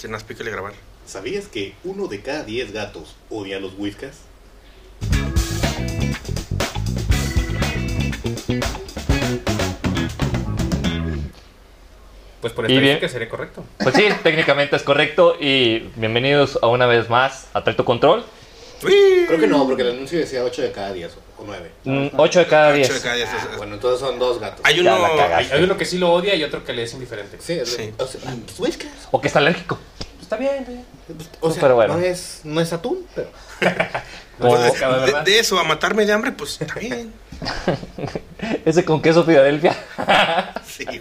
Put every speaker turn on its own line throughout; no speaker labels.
Que más pícale grabar.
¿Sabías que uno de cada diez gatos odia los whiskas?
Pues por
Y bien.
estadística sería correcto.
Pues sí, técnicamente es correcto y bienvenidos a una vez más a Tracto Control.
¡Uy!
Creo que no, porque el anuncio decía 8 de cada 10 o 9.
8 Mm, de cada
Ocho de
10.
cada diez, es-
Ah,
es-
bueno, entonces son dos gatos.
Hay
Ya
uno.
la cagaste.
Hay uno que sí lo odia y otro que le es indiferente.
Sí, es-
Sí.
o sea, pues, whiskas.
O que está alérgico.
Pues Está bien, güey.
O
No,
sea,
pero bueno.
no, es, no es atún, pero.
O
de-
cada
de-
verdad.
de, eso, a matarme de hambre, pues está bien.
ese con queso Filadelfia.
Sí, güey.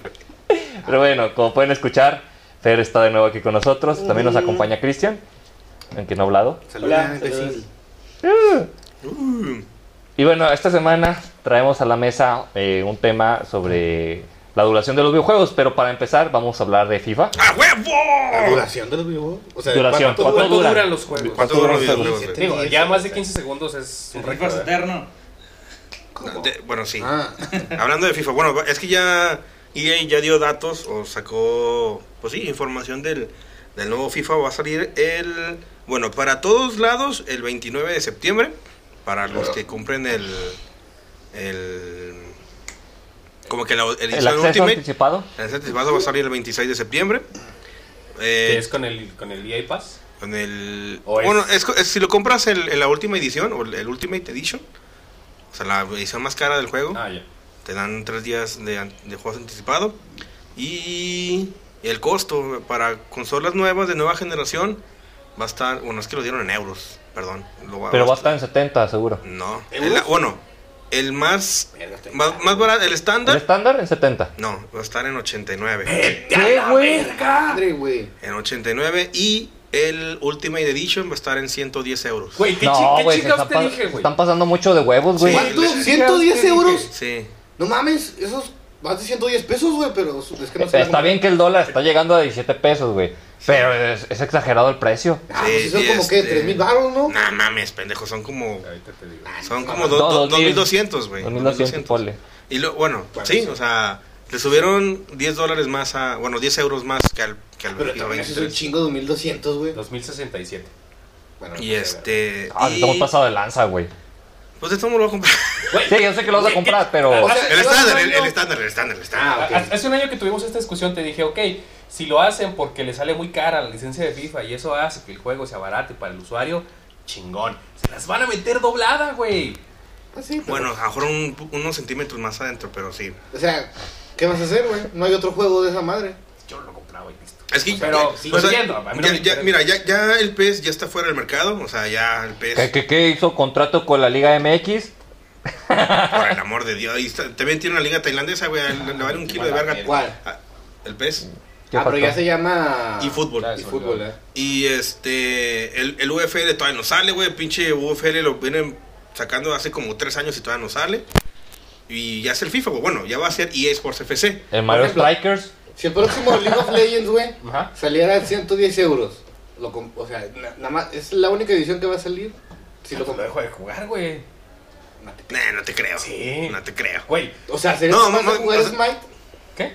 Pero bueno, como pueden escuchar, Fer está de nuevo aquí con nosotros. También
Mm.
nos acompaña Cristian, aunque no ha hablado.
Saluda,
Hola,
imbécil.
saludos.
Uh,
Y bueno, esta semana traemos a la mesa eh, un tema sobre la duración de los videojuegos. Pero para empezar, vamos a hablar de FIFA.
¡A
¿La
huevo!
duración de los videojuegos? O sea,
Duración.
¿cuánto dura?
¿Cuánto
duran?
duran los juegos?
¿Cuánto duran los
¿Cuánto duran
videojuegos?
los
güey?
Digo, ya más de 15 segundos es un
El récord
récord. ¿eh?
eterno.
De- bueno, sí.
Ah,
Hablando de FIFA, bueno, es que ya EA ya dio datos o sacó, pues sí, información del, del nuevo FIFA. Va a salir el, bueno, para todos lados el 29 de septiembre, para los que cumplen el, el, como que la
El acceso anticipado.
El acceso anticipado va a salir el 26 de septiembre.
Que
Eh,
es con el, con el EA Pass.
con el,
O es-
bueno, es, co- es- si lo compras el- en la última edición o el, el Ultimate Edition, o sea, la edición más cara del juego.
Ah, ya.
Te dan tres días de, an- de juegos anticipado. Y el costo para consolas nuevas de nueva generación va a estar. Bueno, es que lo dieron en euros, perdón. Lo
Pero va a estar en 70, seguro.
No.
¿Euros?
El- bueno, el más.
verga, estoy
Más, más barato, el
¿El
estándar.
estándar? En 70.
No, va a estar en 89.
¡Qué güey!
madre, güey.
En 89. Y el Ultimate Edition va a estar en 110 euros.
Güey, ¿qué, chi-
No,
qué
güey, se
chingados
están,
te
pa-
dije, güey?
están pasando mucho de huevos, güey.
Sí.
¿Cuánto?
le-
¿110
¿Qué
euros?
dije?
Sí.
No mames, esos más de 110 pesos, güey, pero es que no sé.
Está bien que el dólar está llegando a 17 pesos, güey. Pero es, es exagerado el precio.
Ah, pues sí, son
Sí,
como que
este-
3 mil baros, ¿no?
Nah, mames, pendejo, son como.
Ahorita te digo.
Son como
No,
do- do-
2000.
2200, güey.
2200, ponle.
Y lo, bueno,
Bueno,
sí,
sí.
o sea, le subieron 10 dólares más a, bueno, 10 euros más que al, que al
Pero también eso es un
23.
chingo de 1200, güey.
2067.
Bueno,
Y este,
Ah,
y-
estamos pasado de lanza, güey.
pues de todo lo voy a comprar.
Sí, yo sé que lo vas a comprar, pero.
O sea,
El
yo
estándar, el,
hablando-
el estándar, el estándar, el estándar.
Ah, ok.
Ha- Hace un año que tuvimos esta discusión te dije, ok, si lo hacen porque le sale muy cara la licencia de FIFA y eso hace que el juego sea barato para el usuario, chingón. Se las van a meter doblada, güey.
Pues sí, pero-
Bueno, a lo mejor un- unos centímetros más adentro, pero sí.
O sea, ¿qué vas a hacer, güey? No hay otro juego de esa madre.
Yo lo compraba y listo.
Es que,
Pero,
o
sí,
sea,
lo entiendo, a mí
ya-
no me
ya-
interesa.
mira, ya, ya el PES ya está fuera del mercado, o sea, ya el PES,
¿Qué, qué, qué hizo contrato con la Liga MX?
por el amor de Dios, ahí está- también tiene una liga tailandesa, güey, le, le vale un kilo de verga.
¿Cuál?
Ah, El PES
¿Qué
ah, pero
faltó?
ya se llama.
y fútbol.
Ah, claro.
Y fútbol, ¿eh?
Y este, el, el UFL todavía no sale, güey. Pinche UFL lo vienen sacando hace como tres años y todavía no sale. Y ya es el FIFA, güey. Bueno, ya va a ser EA Sports FC.
El Mario
Por ejemplo.
Strikers.
Si el próximo League of Legends, güey,
Ajá.
saliera a 110 euros. Lo comp- o sea, na- nada más. Es la única edición que va a salir. Si lo
Lo
compras.
dejo de jugar, güey.
Nah, no te creo.
Sí.
No te creo.
Güey,
O sea, ¿serías
No,
capaz
no,
de
no,
jugar
o sea-
Smite?
¿qué?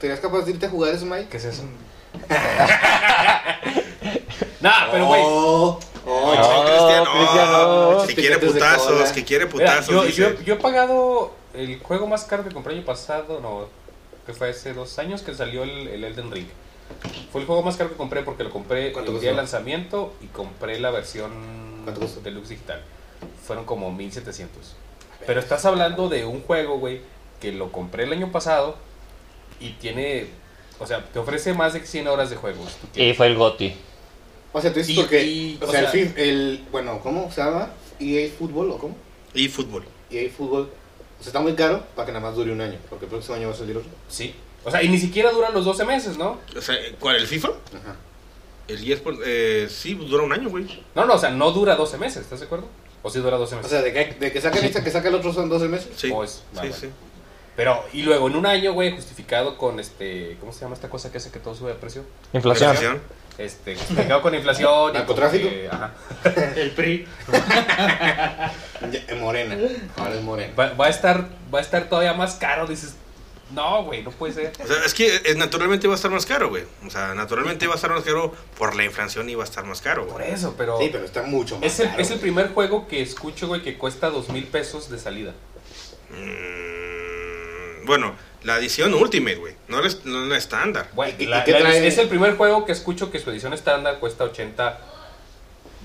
¿Serías capaz de irte a jugar Smite?
¿Qué es eso? nah, pero güey.
Oh, oh,
Ay,
No,
Cristian,
Cristian, no.
oh,
Que quiere
Piquetes de
putazos,
cola.
que quiere
Mira,
putazos.
yo,
dice.
yo, yo he pagado el juego más caro que compré el año pasado, no, que fue hace dos años que salió el, el Elden Ring. Fue el juego más caro que compré porque lo compré el
¿Cuánto
día de
costó?
lanzamiento y compré la versión
¿Cuánto costó?
deluxe digital. Fueron como 1700. Pero estás hablando de un juego, güey, que lo compré el año pasado y tiene, o sea, te ofrece más de 100 horas de juego. Si tú
Y
quieres.
fue el Goti.
O sea, tú dices
Y-
porque.
y-
o,
o
sea, el
sea-
FIF, el. Bueno, ¿cómo se llama? EA Fútbol o cómo?
Y fútbol.
EA Fútbol. O sea, está muy caro para que nada más dure un año. Porque el próximo año va a salir otro.
Sí. O sea, y ni siquiera duran los 12 meses, ¿no?
O sea, ¿cuál? ¿El FIFA?
Ajá.
El EA Sports. Eh, sí, dura un año, güey.
No, no, o sea, no dura 12 meses, ¿estás de acuerdo? O sí dura 12
O
meses.
sea, de que, de que sacan esta, que saca el otro son 12 meses.
Sí.
Oh, es- ah,
sí,
bueno.
sí.
Pero, y luego, en un año, güey, justificado con este. ¿Cómo se llama esta cosa que hace que todo sube de precio?
Inflación.
Inflación.
Este, justificado con inflación. y con
¿Narcotráfico?
que- ajá.
El PRI.
Ya, eh, morena. Ahora es morena.
Va, va a estar, va a estar todavía más caro, dices. No, güey, no puede ser.
O sea, es que eh, naturalmente va a estar más caro, güey. O sea, naturalmente va a estar más caro por la inflación y va a estar más caro,
Por
güey.
eso, pero.
Sí, pero está mucho más
es, el,
caro,
es el
güey.
primer juego que escucho, güey, que cuesta dos mil pesos de salida.
Mm, Bueno, la edición Ultimate, güey. No la, no la estándar.
Güey,
¿Y- y
la-
qué
la-
trae?
es el primer juego que escucho que su edición estándar cuesta 80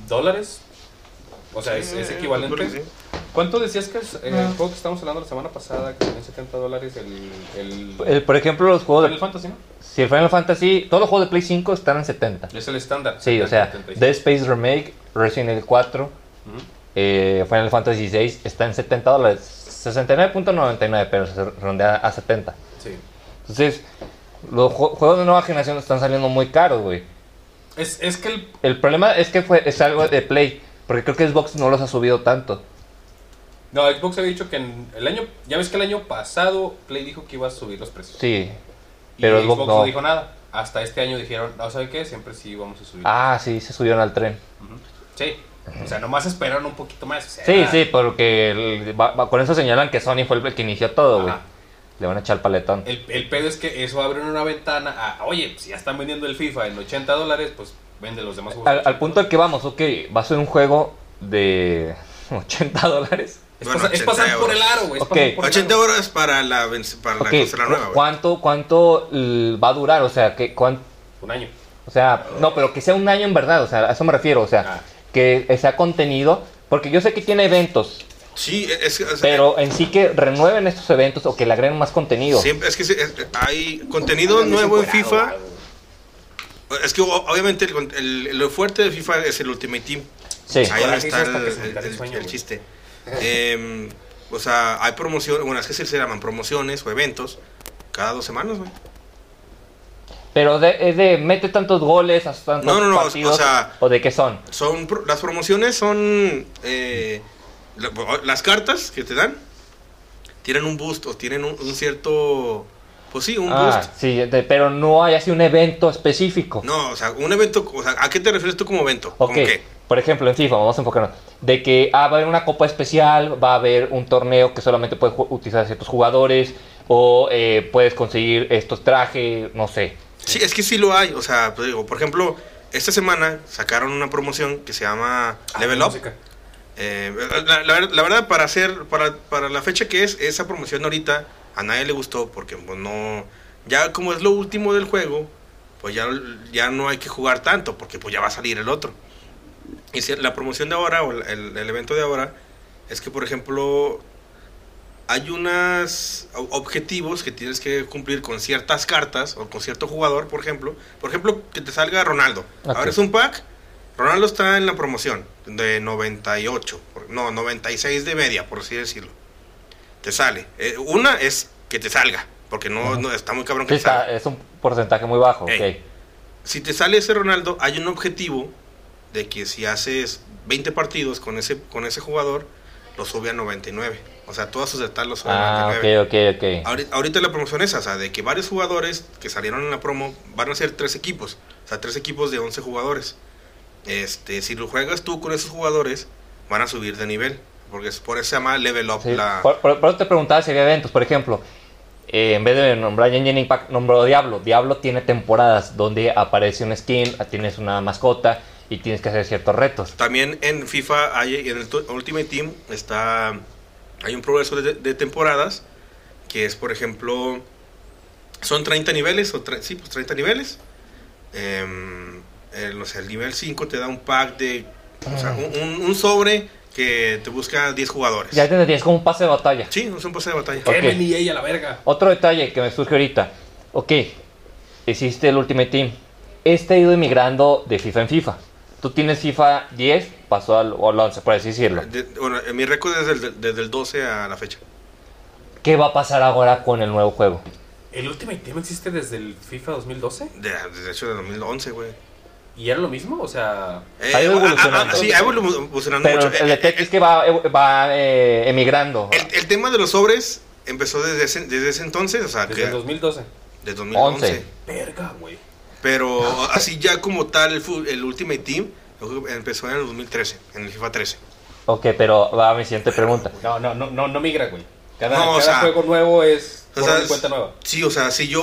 dólares. O sea, es, es
Mm.
equivalente.
Sí.
¿Cuánto decías que es eh, el juego que estábamos hablando la semana pasada, que tenía 70 dólares, el, el,
Eh, por ejemplo, los juegos
Final
de...
Fantasy, no?
Si el Final Fantasy, todos los juegos de Play 5 están en 70.
Es el estándar.
Sí, o sea,
75.
Dead Space Remake, Resident Evil 4,
Ujú.
eh, Final Fantasy VI está en 70 dólares. 69.99, pero se rondea a 70.
Sí.
Entonces, los ju- juegos de nueva generación están saliendo muy caros, güey.
Es, es que el...
El problema es que fue, es algo de Play, porque creo que Xbox no los ha subido tanto.
No, Xbox había dicho que en el año... Ya ves que el año pasado Play dijo que iba a subir los precios.
Sí. pero
y
Xbox
Xbox no.
no.
dijo nada. Hasta este año dijeron, no, ¿sabe qué? Siempre sí vamos a subir.
Ah, sí, se subieron al tren.
Ujú. Sí. O sea, nomás esperaron un poquito más. o sea,
Sí,
era-
sí, porque el- va- va- con eso señalan que Sony fue el que inició todo, güey.
Ajá.
Le van a echar paletón.
El, el pedo es que eso abre una ventana a, oye, si ya están vendiendo el FIFA en 80 dólares, pues vende los demás juegos.
Al, al punto al que vamos, ok, va a ser un juego de 80 dólares.
Es,
Bueno,
pasar- es
80
pasar por
euros.
el aro, güey. es
Ok.
pasar por el
80
aro.
horas para la, venc- para la
Ok,
consola nueva, güey.
¿cuánto, cuánto l- va a durar? O sea, que, cuán-
Un año.
o sea, no, pero que sea un año en verdad, o sea, a eso me refiero, o
Ah.
sea, que sea contenido, porque yo sé que tiene eventos,
Sí, es, es-
pero en sí que renueven estos eventos o que le agreguen más contenido.
siempre- es que sí, es- hay contenido
Andan
nuevo en
desencuerado,
FIFA.
güey.
Es que o- obviamente el, con- el- lo fuerte de FIFA es el Ultimate Team.
Sí,
Ahí
Ahora
donde
sí
está
es hasta
el,
que se me cae el
el-
sueño,
el
güey.
chiste. Em, o sea, hay promociones, bueno, es que sí se llaman promociones o eventos cada dos semanas, güey.
pero de, es de mete tantos goles, haz tantos
No, no, no, o-
partidos,
o sea-
o de qué son.
Son, pro- las promociones son eh, la- las cartas que te dan. Tienen un boost o tienen un, un cierto... Pues sí, un
Ah,
boost.
sí, de- pero no hay así un evento específico.
No, o sea, un evento, o sea, ¿a qué te refieres tú como evento?
Ok,
¿Cómo qué?
por ejemplo, en FIFA, vamos a enfocarnos. De que ah, va a haber una copa especial, va a haber un torneo que solamente puedes ju- utilizar ciertos jugadores, o eh, puedes conseguir estos trajes, no sé.
Sí, es que sí lo hay. O sea, pues digo, por ejemplo, esta semana sacaron una promoción que se llama Level
Ah,
Up.
música.
Eh, la, la- la verdad, para hacer, para, para la fecha que es, esa promoción ahorita a nadie le gustó porque pues, no, ya como es lo último del juego, pues ya, ya no hay que jugar tanto porque pues ya va a salir el otro. Y si la promoción de ahora o el, el evento de ahora es que, por ejemplo, hay unos objetivos que tienes que cumplir con ciertas cartas o con cierto jugador, por ejemplo. Por ejemplo, que te salga Ronaldo.
Ok.
Ahora es un pack. Ronaldo está en la promoción de 98, por- no, 96 de media, por así decirlo. Te sale. Eh, una es que te salga, porque no, no- está muy cabrón que
Sí,
te salga.
está- eh. es un porcentaje muy bajo,
Ey. Si te sale ese Ronaldo, hay un objetivo de que si haces 20 partidos con ese, con ese jugador, lo sube a 99. O sea, todas sus stats los
ok.
sube a
Ah,
99.
ok, ok, ok.
Ahori- Ahorita, la promoción es esa, o sea, de que varios jugadores que salieron en la promo van a ser tres equipos, o sea, tres equipos de 11 jugadores. Este, si lo juegas tú con esos jugadores, van a subir de nivel, porque es por eso se llama level up
Sí,
la
Por, por- por eso te preguntaba si había eventos, por ejemplo. eh, en vez de nombrar Engine Impact, nombró Diablo. Diablo tiene temporadas donde aparece un skin, tienes una mascota y tienes que hacer ciertos retos.
También en FIFA hay en el tu- Ultimate Team está hay un progreso de, de temporadas que es por ejemplo son 30 niveles o tre- sí, pues 30 niveles. Em, el, no sé, el nivel 5 te da un pack de o sea, un, un- un sobre que te busca 10 jugadores.
Ah. Ya te entendí, es como un pase de batalla.
Sí, es un pase de batalla.
Ok.
Quemen EA E a la verga.
Otro detalle que me surge ahorita. Ok, hiciste el Ultimate Team. Este ha ido emigrando de FIFA en FIFA. Tú tienes FIFA 10, pasó al, o al 11, por así decirlo.
De- bueno, en mi récord es desde, el- desde el 12 a la fecha.
¿Qué va a pasar ahora con el nuevo juego?
¿El Ultimate Team existe desde el FIFA 2012?
De, de hecho, de 2011, güey.
¿Y era lo mismo? O sea...
Eh,
Ha ido
ah, ah, ah,
evolucionando.
sí, ha evolucionando
Pero
mucho.
el
Eh, eh,
detalle
eh,
es que va, eh, va eh, emigrando.
El, el tema de los sobres empezó desde ese, desde ese entonces, o sea,
Desde
que-
el 2012.
desde 2011.
Once. Ah.
Verga, güey.
Pero así ya como tal, el, fu- el Ultimate Team yo creo que empezó en el 2013, en el FIFA 13.
Ok, pero va mi siguiente pregunta.
No, no, no, no, no migra, güey. Cada,
No, o
cada
sea-
juego nuevo es Por
O sea,
una cuenta nueva.
Sí, o sea, si yo.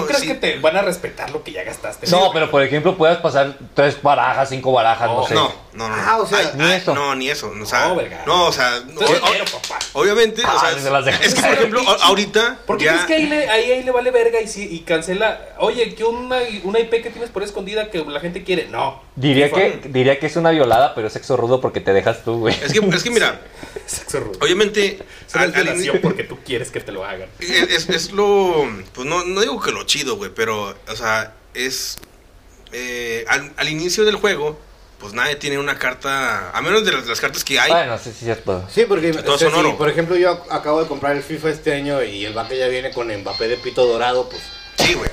¿Tú crees
si-
que te van a respetar lo que ya gastaste?
No, pero por ejemplo, puedes pasar tres barajas, cinco barajas, no,
No,
sé.
Oh, No, no, no.
Ah, o sea,
Ay,
ni
ay,
eso.
No, ni eso. O sea,
No,
no,
verga.
o sea,
Entonces,
o- o-
dinero, papá.
obviamente, o
Ah,
sea,
se las dejas
es que por
caer.
ejemplo, a- ahorita
¿Por qué
ya-
crees que ahí le, ahí, ahí le vale verga y, si- y cancela? Oye, que una, una IP que tienes por ahí escondida que la gente quiere. No.
Diría
FIFA.
que, diría que es una violada, pero es sexo rudo porque te dejas tú, güey.
es que es que mira,
Sexo rudo.
obviamente
Es una
al- al
violación
ini-
porque tú quieres que te lo hagan.
es, es- es lo pues no, no digo que lo chido, güey, pero o sea, es eh, al, al inicio del juego pues nadie tiene una carta, a menos de las, las cartas que hay.
Bueno, sí, sí, cierto.
Sí, porque
Todo
o sea,
sonoro.
si, por ejemplo yo ac- acabo de comprar el FIFA este año y el vaca ya viene con Mbappé de pito dorado, pues
Sí, güey.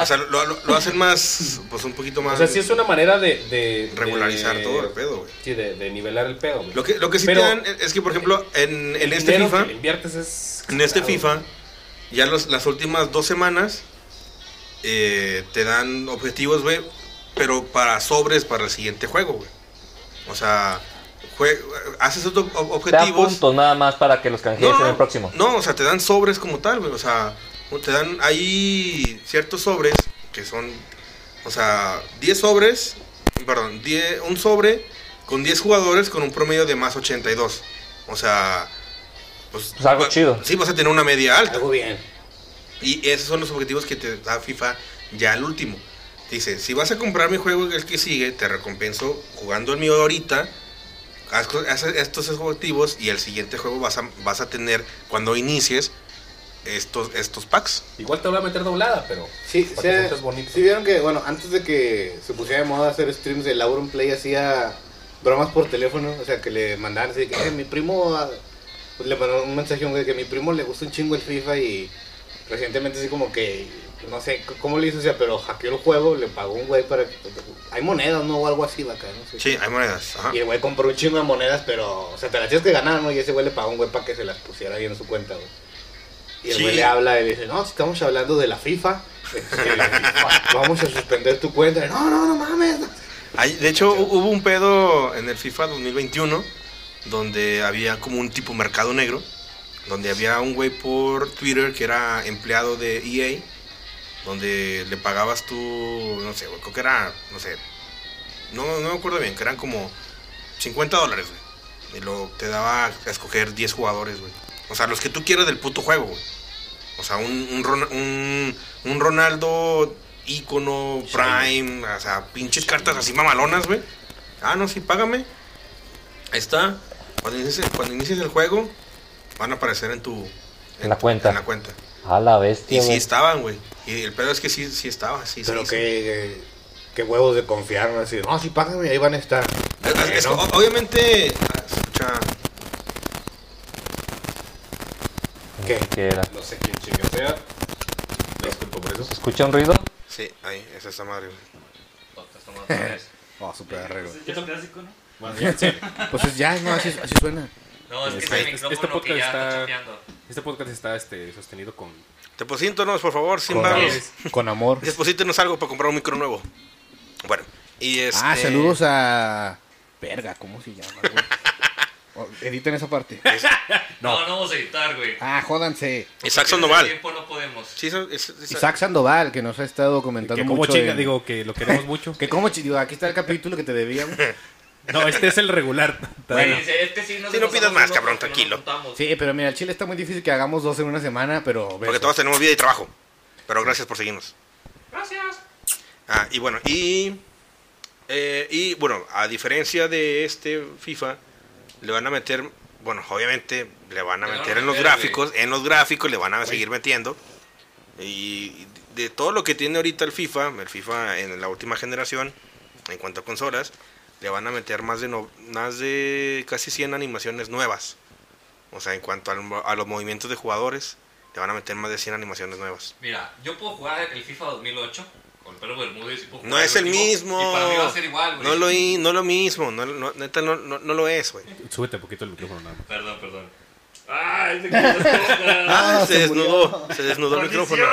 O sea, lo, lo- lo hacen más pues un poquito más
O sea, sí es una manera de. de-
regularizar
de-
todo el pedo, güey.
Sí, de, de nivelar el pedo, güey.
Lo que, lo que sí
Pero
te dan es que, por ejemplo, en, en
el
este
dinero
FIFA,
que le inviertes es.
en este
Claro.
FIFA, ya los- las últimas dos semanas eh, te dan objetivos, güey, pero para sobres para el siguiente juego, güey. O sea, jue- haces otros ob-
Te da
objetivos.
puntos nada más para que los canjees en el próximo.
No, o sea, te dan sobres como tal, güey. O sea, te dan ahí ciertos sobres que son, o sea, 10 sobres, perdón, 10, un sobre con 10 jugadores con un promedio de más 82. O sea, pues,
Pues algo
va-
chido.
Sí, vas a tener una media alta.
algo bien.
Y esos son los objetivos que te da FIFA ya al último. Dice, si vas a comprar mi juego el que sigue, te recompenso jugando el mío ahorita. Haz, co- haz estos objetivos y el siguiente juego vas a, vas a tener cuando inicies estos, estos packs.
Igual te voy a meter doblada, pero.
Sí,
para que
se-
sientas bonito.
sí vieron que, bueno, antes de que se pusiera de moda hacer streams, el Auron Play hacía bromas por teléfono, o sea, que le mandaban así, de que "Eh, mi primo, ah", pues, le mandó un mensaje a un güey que mi primo le gusta un chingo el FIFA y recientemente así como que, no sé c- cómo le hizo, o sea, pero hackeó el juego, le pagó un güey para que, hay monedas, ¿no? O algo así, vaca, no sé.
Sí, hay monedas. ajá.
Y el güey compró un chingo de monedas, pero, o sea, te las tienes que ganar, ¿no? Y ese güey le pagó a un güey para que se las pusiera ahí en su cuenta, güey. Y el
Sí.
güey le habla y le dice, no, estamos hablando de la FIFA. Este, la FIFA, Vamos a suspender tu cuenta. No, no, no mames.
Hay- de hecho, hu- hubo un pedo en el FIFA 2021 donde había como un tipo mercado negro, donde había un güey por Twitter que era empleado de EA, donde le pagabas tú, no sé, güey, creo que era, no sé, no, no me acuerdo bien, que eran como 50 dólares, güey. Y lo, te daba a escoger 10 jugadores, güey. O sea, los que tú quieras del puto juego, güey. O sea, un, un, Ron- un, un Ronaldo ícono, prime, o sea, pinches cartas así mamalonas, güey. Ah, no, sí, págame. Ahí está. Cuando inicies, cuando inicies el juego, van a aparecer en tu...
En la cuenta.
En la cuenta.
A la
Y
bestia,
sí
güey.
estaban, güey. Y el pedo es que sí, sí estaba, sí,
Pero
sí, sí.
qué, qué huevos de confiar, ¿no? Así, no, sí, págame, ahí van a estar.
Es- es- es-
Bueno.
o- obviamente, ah, escucha,
¿Qué?
Que era.
No sé quién chinga sea. Disculpo por eso.
¿Se escucha un ruido?
sí, ahí, esa está madre, güey.
No, Oh, súper arreglo.
¿Qué es clásico, no?
Más bien, sí.
Pues es- ya, no, así, así suena.
No, es que
Este-
es el
este
micrófono que
podcast
ya
está-
está chapeando.
Este podcast está este, sostenido con.
Deposítenos, por favor, sin
Con
barros.
amor. Con amor.
Deposítenos pues algo para comprar un micro nuevo. Bueno, y este...
Ah, saludos a... Verga, ¿cómo se llama? güey? Oh, Editen esa parte.
No, no vamos a editar, güey.
Ah, jódanse.
Isaac
Porque en
Sandoval.
ese tiempo no podemos.
Sí, es- es- es-
Isaac Sandoval, que nos ha estado comentando
Que como
mucho.
chinga,
en-
digo que lo queremos mucho.
Que como chinga, digo, aquí está el capítulo que te debíamos.
No, este es el regular.
Bueno, dice, este sí nos
Sí, no
nos
pidas
hacemos
más,
uno
cabrón,
porque no
tranquilo.
nos juntamos.
Sí, pero mira, el chile está muy difícil que hagamos dos en una semana, pero...
Porque
besos.
todos tenemos vida y trabajo. Pero gracias por seguirnos.
Gracias.
Ah, y bueno, y... eh, y bueno, a diferencia de este FIFA, le van a meter... Bueno, obviamente le van a
Le van a
meter en los
meter,
gráficos, en los gráficos le van a seguir metiendo. Y de todo lo que tiene ahorita el FIFA, el FIFA en la última generación, en cuanto a consolas, le van a meter más de, no- más de casi 100 animaciones nuevas. O sea, en cuanto al mo- a los movimientos de jugadores, le van a meter más de 100 animaciones nuevas.
Mira, yo puedo jugar el FIFA 2008 con Pedro Bermúdez. y puedo
No
jugar
es el mismo.
Y para mí va a ser igual, güey.
No lo, i- no lo mismo, no, no- neta no, no- no lo es, güey.
Súbete un poquito el micrófono, nada más.
Perdón, perdón. Ah, ese que
Ah, se,
se murió.
desnudó, se desnudó el micrófono.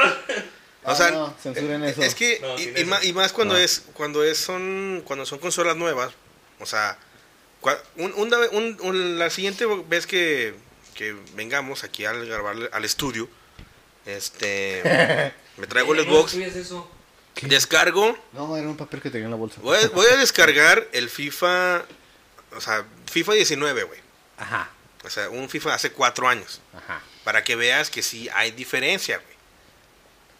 Ah,
O sea, eh,
no, censuren eso.
Es que,
No,
y,
sin
y
eso.
ma- y más cuando
No.
es, cuando es, son, cuando son consolas nuevas, o sea, cua- un- un- un- un- la siguiente vez que, que vengamos aquí al grabar al estudio, Este. Me traigo el
Eh, no
Xbox.
destruyas eso.
Descargo.
No, era un papel que tenía en la bolsa.
Voy a, voy a descargar el FIFA. O sea, FIFA 19, güey.
Ajá,
O sea, un FIFA hace cuatro años.
ajá.
Para que veas que sí hay diferencia, güey.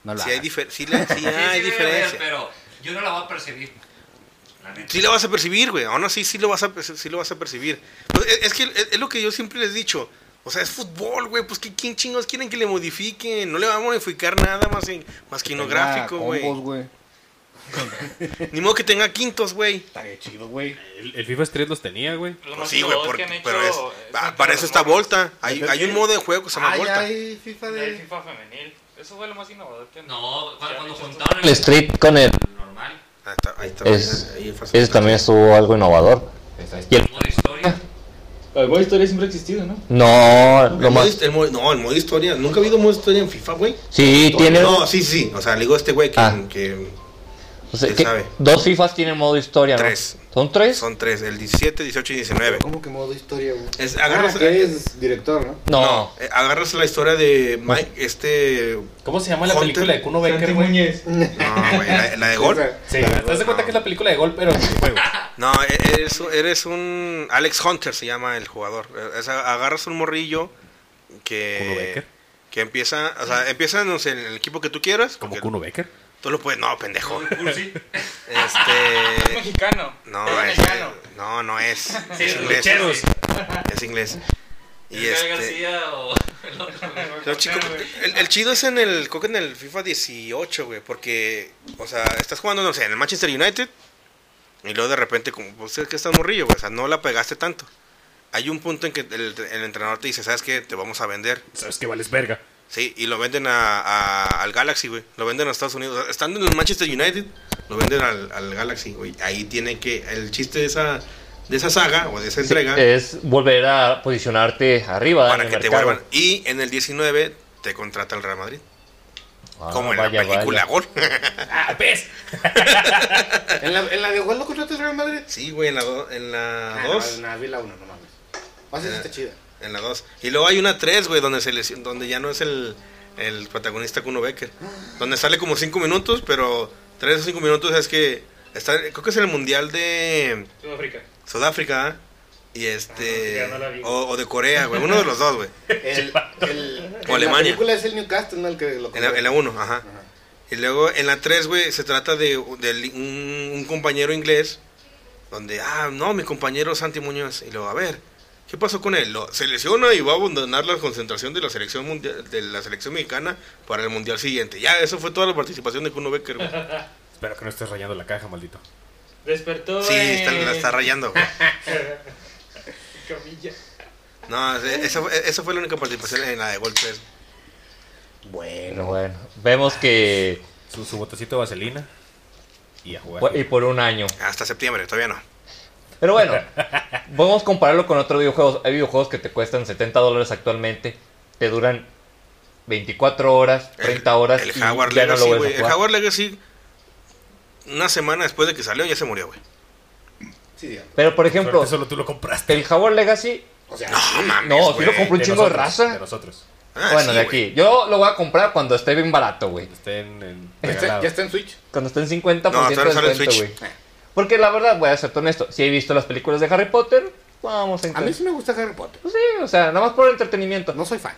No la
Sí hay,
hagas.
difer- sí la- sí
Sí, sí
hay
debe haber,
diferencia.
pero yo no la voy a percibir. La neta.
Sí la vas a percibir, güey. Aún así sí lo vas a, perci- sí lo vas a percibir. Pues, es, es que es, es lo que yo siempre les he dicho. O sea, es fútbol, güey. Pues ¿qué- ¿quién chingos quieren que le modifiquen? No le va a modificar nada más, en, más que en lo
Tenga
gráfico, güey.
Pues combos, güey.
Ni modo que tenga quintos, güey.
Estaría chido, güey.
El, el FIFA Street los tenía, güey.
Lo
Pues
más
sí, güey,
innovador
porque-
"Oh, que han hecho
pero es,
es
ah,
meter
para
los
eso está
monos
Volta. Hay, hay un modo de juego que se llama
Ay,
Volta.
ay, FIFA
Del
de...
FIFA femenil. Eso fue lo más innovador que han
No,
que han
cuando, cuando
hecho estos-
juntaron
El Street con el.
normal,
Ahí está, ahí está.
Es,
ahí el fast-
eso también estuvo algo innovador. Y el-
el modo historia,
El modo historia siempre ha existido, ¿no?
No, lo
El modo
más.
hist- el modo- no, el modo historia. Nunca ha habido modo historia en FIFA, güey.
Sí, tiene.
No, sí, sí. O sea, le digo a este güey que,
Ah.
que
o sea,
se
que
sabe.
dos FIFAs tienen modo historia, ¿no?
Tres.
¿Son tres?
son tres: el 17, 18 y 19.
¿Cómo que modo historia, güey?
Es,
Ah,
agarras,
que es director, ¿no?
No. Pues
no, eh, agarras la historia de Mike, este. No,
¿Cómo se llama la
Hunter-
película de Kuno
Santi
Becker, güey?
Muñez.
güey, la, la de
O
Gol.
sea,
Sí, te das de cuenta que es la película de gol, pero en juego.
No, e- eres, eres un. Alex Hunter se llama el jugador. Es- agarras un morrillo
¿Kuno
que.
Becker?
Que empieza. O sea, empieza no sé, en el equipo que tú quieras.
Como
porque
Kuno Becker.
Tú lo puedes. No, pendejo.
todo el cursi,
Es
Este.
mexicano.
No, este-
es
es,
mexicano.
no, no es.
sí,
es
los
inglés.
lucheros,
Es inglés. Y
Gael
este.
García o el otro, güey.
Pero chico, el, el chido es en el, creo que en el FIFA 18, güey, porque, o sea, estás jugando, no sé, en el Manchester United y luego de repente, como, pues es que estás morrillo, güey, o sea, no la pegaste tanto. Hay un punto en que el, el entrenador te dice, ¿sabes qué? Te vamos a vender.
Sabes que vales verga.
Sí, y lo venden a, a- al Galaxy, güey. Lo venden a Estados Unidos. O sea, Estando en el Manchester United, lo venden al, al Galaxy, güey. Ahí tiene que, el chiste de esa, de esa saga o de esa
Sí,
entrega
es volver a posicionarte arriba
para
en
que
el
te
mercado.
vuelvan. Y en el 19 te contrata el Real Madrid.
Ah,
como en
vaya,
la película
vaya.
Gol.
¡Ah, ves!
¿En la, en la de Gol lo contratas Real Madrid?
Sí, güey, en la 2. En la
Ah, no,
2.
En la Vila 1, no mames. Más
Ah.
esa está chida.
En la 2. Y luego hay una 3, güey, donde, se lesiona- donde ya no es el, el protagonista Kuno Becker. Donde sale como 5 minutos, pero 3 o 5 minutos es que. Está, creo que es en el mundial de
Sudáfrica.
Sudáfrica, ¿ah? Y
Ah,
este.
no, ya no la vi.
o, o de Corea, güey. Uno de los dos, güey.
El, el,
O Alemania.
La película es el Newcastle, ¿no? El que lo
En la- En la 1, ajá.
Ajá.
Y luego en la 3, güey, se trata de, de li- un, un compañero inglés. Donde, ah, no, mi compañero Santi Muñoz. Y luego, a ver, ¿qué pasó con él? Lo, se lesiona y va a abandonar la concentración de la selección mundial, de la selección mexicana para el mundial siguiente. Ya, eso fue toda la participación de Kuno Becker, güey.
Espero que no estés rayando la caja, maldito.
Despertó.
Sí, está,
en-
la está rayando, güey.
Camilla.
No, e- esa, fue- esa fue la única participación en la de Gol 3.
Bueno, bueno. Vemos que.
Su, su botecito de vaselina. Y a jugar.
Y por un año.
Hasta septiembre, todavía no.
Pero bueno, podemos compararlo con otros videojuegos. Hay videojuegos que te cuestan 70 dólares actualmente, te duran 24 horas, 30 horas.
El
y
Jaguar
ya no lo
Legacy,
vuelves
güey.
a
el
jugar.
Jaguar Legacy, una semana después de que salió, ya se murió, güey.
Sí, ya.
Pero por ejemplo,
Suerte, solo tú lo compraste.
el Jaguar Legacy,
O sea,
No, Ah, mames,
no, si
güey.
lo compré un
De
chingo de
nosotros, De
raza.
nosotros.
Ah,
bueno,
sí,
de
güey.
aquí. Yo lo voy a comprar cuando esté bien barato, güey.
Estén en.
ya está,
regalado.
ya está en Switch.
Cuando esté en 50%
No,
de
todavía no sale en
descuento, güey.
Switch.
Porque la verdad, voy a ser honesto, si he visto las películas de Harry Potter, vamos a
A mí
intentar.
sí me gusta Harry Potter.
Pues sí, o sea, nada más por el entretenimiento.
No soy fan.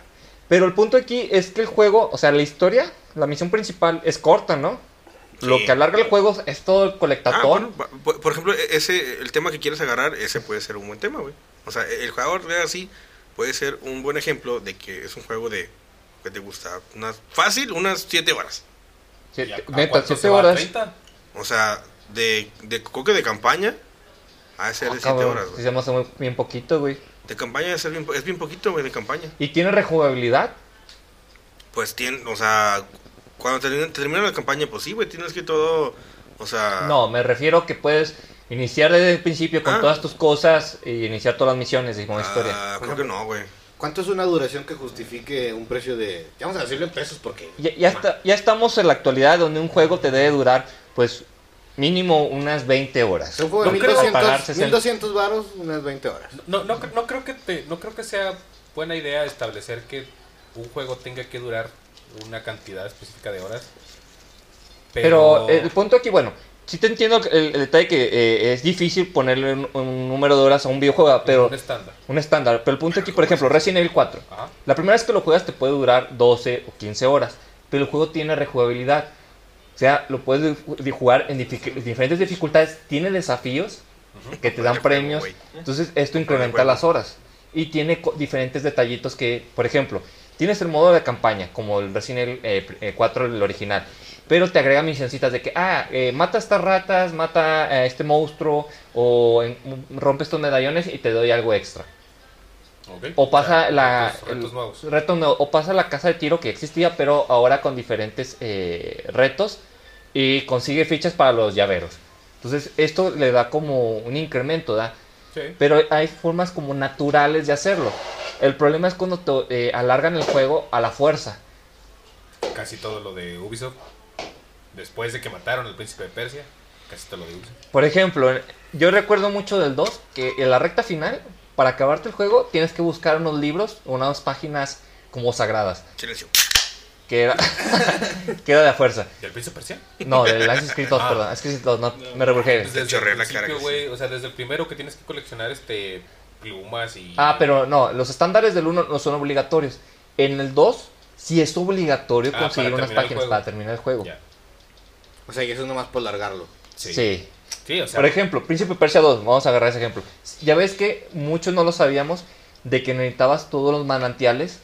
Pero el punto aquí es que el juego, o sea, la historia, la misión principal es corta, ¿no?
Sí.
Lo que alarga el juego es todo el
Ah,
colectatón.
bueno, pa- por, por ejemplo, e- ese, el tema que quieres agarrar, ese puede ser un buen tema, güey. O sea, e, el jugador Legacy puede ser un buen ejemplo de que es un juego de que te gusta unas fácil, unas 7 horas.
Siete-
¿Y a- a
neta,
cuánto se
siete
va?
horas.
¿30?
O sea, de, de creo que de campaña ha de ser
Ah,
de 7
cabrón,
horas,
sí
güey.
se me hace muy- bien poquito, güey.
De campaña ha de ser bien po- es bien poquito, güey, de campaña.
Y tiene rejugabilidad.
Pues tiene, o sea, cuando te, te termina la campaña, pues sí, güey, tienes que todo, o sea,
No, me refiero que puedes iniciar desde el principio con
Ah.
todas tus cosas y iniciar todas las misiones y como
ah,
historia.
creo que no, güey.
¿Cuánto es una duración que justifique un precio de. ya Vamos a decirlo en pesos porque.
Ya, ya, está- ya estamos en la actualidad donde un juego te debe durar, pues, mínimo unas 20 horas.
Es un juego de
No creo pagar
1200,
60.
1200 varos, unas 20 horas.
No, no, cre- no creo que te, no creo que sea buena idea establecer que un juego tenga que durar una cantidad específica de horas.
Pero el punto aquí, bueno, sí te entiendo el, el detalle que eh, es difícil ponerle un, un número de horas a un videojuego, pero
un estándar.
un estándar. Pero el punto aquí, por ejemplo, Resident Evil 4.
Ajá.
La primera vez que lo juegas te puede durar 12 o 15 horas, pero el juego tiene rejugabilidad. O sea, lo puedes ju- de- jugar en dific- diferentes dificultades, tiene desafíos que te dan
Vale,
premios.
juego, güey.
Entonces, esto
Vale,
incrementa
juego.
las horas. Y tiene co- diferentes detallitos que, por ejemplo, tienes el modo de campaña, como el Resident Evil eh, pr- eh, 4, el original. Pero te agrega misioncitas de que, ah, eh, mata a estas ratas, mata a este monstruo, o en- rompe estos medallones y te doy algo extra.
Ok.
O pasa
sea,
la.
retos- retos
el-
nuevos.
retos nuevos. O pasa la casa de tiro que existía, pero ahora con diferentes eh, retos. Y consigue fichas para los llaveros. Entonces, esto le da como un incremento, ¿da?
Sí.
Pero hay formas como naturales de hacerlo. El problema es cuando te, eh, alargan el juego a la fuerza.
Casi todo lo de Ubisoft. Después de que mataron al príncipe de Persia, casi todo lo de Ubisoft.
Por ejemplo, en- yo recuerdo mucho del 2 que en la recta final, para acabarte el juego, tienes que buscar unos libros, unas páginas como sagradas.
Silencio.
Que era, que era de la fuerza.
¿Y al príncipe de Persia?
Este,
No, del Assassin's Creed 2,
Ah.
perdón. Assassin's Creed 2, no, me rebujé.
Pues desde
chorrea
el
la cara
principio,
que
güey. O sea, desde el primero que tienes que coleccionar este plumas y.
Ah, pero no, los estándares del 1 no son obligatorios. En el 2 sí es obligatorio
Ah,
conseguir
para terminar
unas
el
páginas
juego.
para terminar el juego.
Ya.
O sea, y eso es nomás por largarlo.
Sí.
sí.
Sí, o sea.
Por ejemplo, Príncipe Persia 2, vamos a agarrar ese ejemplo. Ya ves que muchos no lo sabíamos de que necesitabas todos los manantiales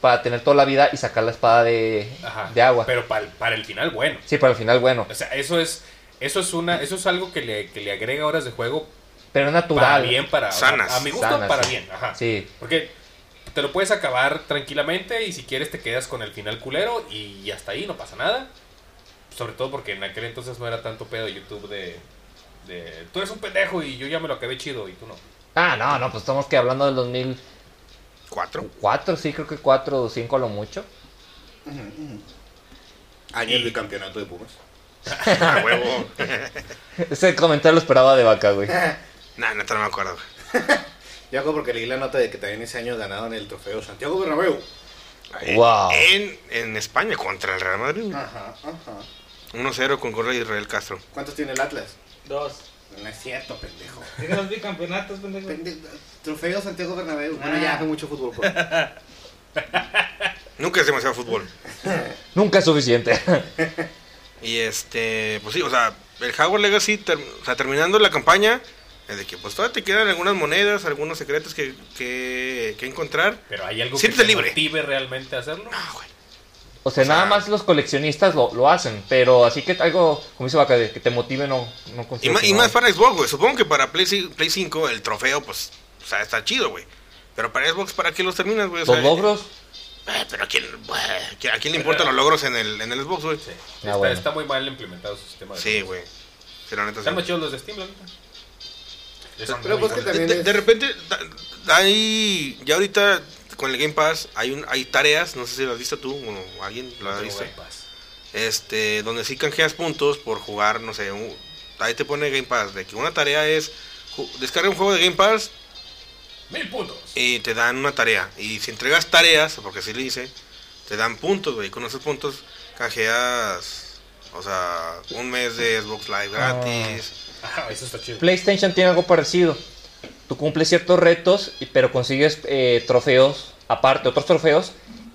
para tener toda la vida y sacar la espada de,
Ajá.
de agua.
Pero para el, para el final, bueno.
Sí, para el final, bueno.
O sea, eso es. Eso es una. Eso es algo que le, que le agrega horas de juego
Pero es
para
natural.
bien, para.
Sanas.
A mi gusto,
Sanas,
para
sí.
bien. Ajá.
Sí.
Porque te lo puedes acabar tranquilamente y si quieres te quedas con el final culero y hasta ahí no pasa nada. Sobre todo porque en aquel entonces no era tanto pedo YouTube de, de, tú eres un pendejo y yo ya me lo acabé chido y tú no.
Ah, no, no, pues estamos que hablando del 2004,
¿Cuatro?
sí, creo que 4 o 5 a lo mucho.
Años de campeonato de Pumas.
A huevo.
Ese comentario lo esperaba de vaca, güey.
nah, neta, no me acuerdo. güey.
Yo hago porque leí la nota de que también ese año ganaron el trofeo Santiago Bernabéu.
Ahí,
Wow.
Eh, En, en España contra el Real Madrid. güey.
Ajá, ajá.
1-0 con gol de Israel Castro.
¿Cuántos tiene el Atlas?
Dos.
No es cierto, pendejo.
Es que los bicampeonatos, pendejo.
Pende- Trofeo Santiago Bernabéu. Bueno,
Ah.
ya hace mucho fútbol. pues.
Nunca es demasiado fútbol.
Nunca es suficiente.
Y este, pues sí, o sea, el Howard Legacy, ter- o sea, terminando la campaña, es de que pues todavía te quedan algunas monedas, algunos secretos que, que, que encontrar.
Pero hay algo
Siéntete
que te
libre.
motive realmente a hacerlo.
Ah, güey.
O sea,
O sea-
nada más los coleccionistas lo, lo hacen, pero así que algo, como dice Vaca, de que te motive no, no
Y,
considero
ma-
que
y
no.
más para Xbox, güey. Supongo que para Play, ci- Play 5 el trofeo, pues, o sea, está chido, güey. Pero para Xbox, ¿para qué los terminas, güey? O
Los
sea,
logros,
eh, pero ¿a quién, güey, ¿a quién le importan los logros en el, en el Xbox, güey?
Sí.
Ah,
está,
bueno.
está muy mal implementado su sistema.
pues.
de-
Sí, güey. Sí, la neta, sí.
Están más chidos los de Steam, la neta. Son
Pero
muy
pues que
De,
buenos.
también
de-
es-
de repente, da- da- hay, ya ahorita con el Game Pass hay un, hay tareas, no sé si las has visto tú o alguien lo ha
Tengo
visto,
Game Pass.
este, donde sí canjeas puntos por jugar, no sé, un- ahí te pone Game Pass, de que una tarea es ju- descarga un juego de Game Pass
Mil puntos.
y te dan una tarea, y si entregas tareas, porque así le hice, te dan puntos, güey, y con esos puntos canjeas, o sea, un mes de Xbox Live gratis,
Ajá, Ah, eso está chido.
PlayStation tiene algo parecido. Tú cumples ciertos retos, y- pero consigues eh, trofeos aparte, otros trofeos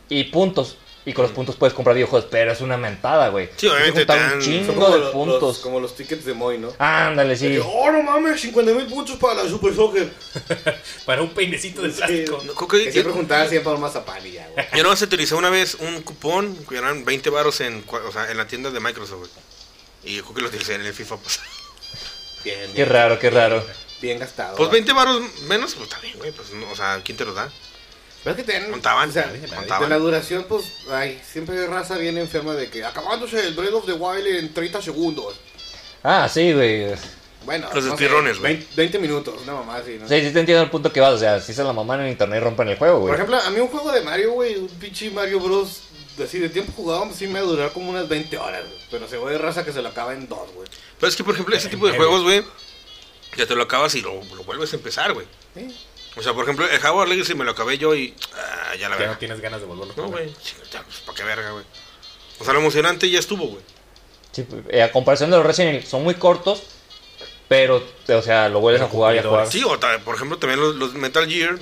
y puntos. Y con los puntos puedes comprar videojuegos, pero es una mentada, güey.
Mm. Sí, obviamente
Tienes que juntar
te dan-
un
Son
chingo de
lo-
puntos.
los- como los tickets de Moy, ¿no?
Ándale, sí.
Que, Oh, no mames, 50 mil puntos para la Super Soccer.
Para un peinecito de plástico.
No, creo que-
Que siempre juntaba 100 para un mazapán y ya, güey.
Yo no se utilizó una vez un cupón que eran 20 baros en, cua- o sea, en la tienda de Microsoft. güey. Y yo creo que lo utilicé en el FIFA pues. pasado.
Bien,
Qué
bien,
raro, qué raro.
bien gastado.
Pues
güey.
20 baros menos, pues está bien, güey. Pues, no, o sea, ¿quién te los da?
Pero es que ten,
Contaban,
o sea,
nadie, nadie.
de la duración, pues, ay, siempre hay raza bien enferma de que acabándose el Breath of the Wild en 30 segundos.
Ah, sí, güey.
Bueno,
Los
no sé,
speedrunners, güey.
20, 20 minutos, una mamá así, ¿no?
Sí, sí te entiendo el punto que vas. O sea, si se la mamá en internet y rompen el juego,
Por
güey.
ejemplo, a mí un juego de Mario, güey, un pinche Mario Bros. Así de tiempo jugado, sí me va a durar como unas 20 horas, güey. Pero se va de raza que se lo acaba en dos, güey.
Pero es que, por ejemplo, ese tipo de
En medio.
juegos, güey, ya te lo acabas y lo, lo vuelves a empezar, güey.
Sí.
O sea, por ejemplo, el Howard Legacy me lo acabé yo y. ah, ya la
Ya no
verga.
tienes ganas de volverlo a
No,
jugar.
güey. chinga, Ya, pues, pa' qué verga, güey. O sea, lo emocionante ya estuvo, güey.
Sí, pues, eh, a comparación de los Resident Evil, son muy cortos, pero, o sea, lo vuelves a jugar y a jugar.
Sí, o ta- por ejemplo, también los, los Metal Gear.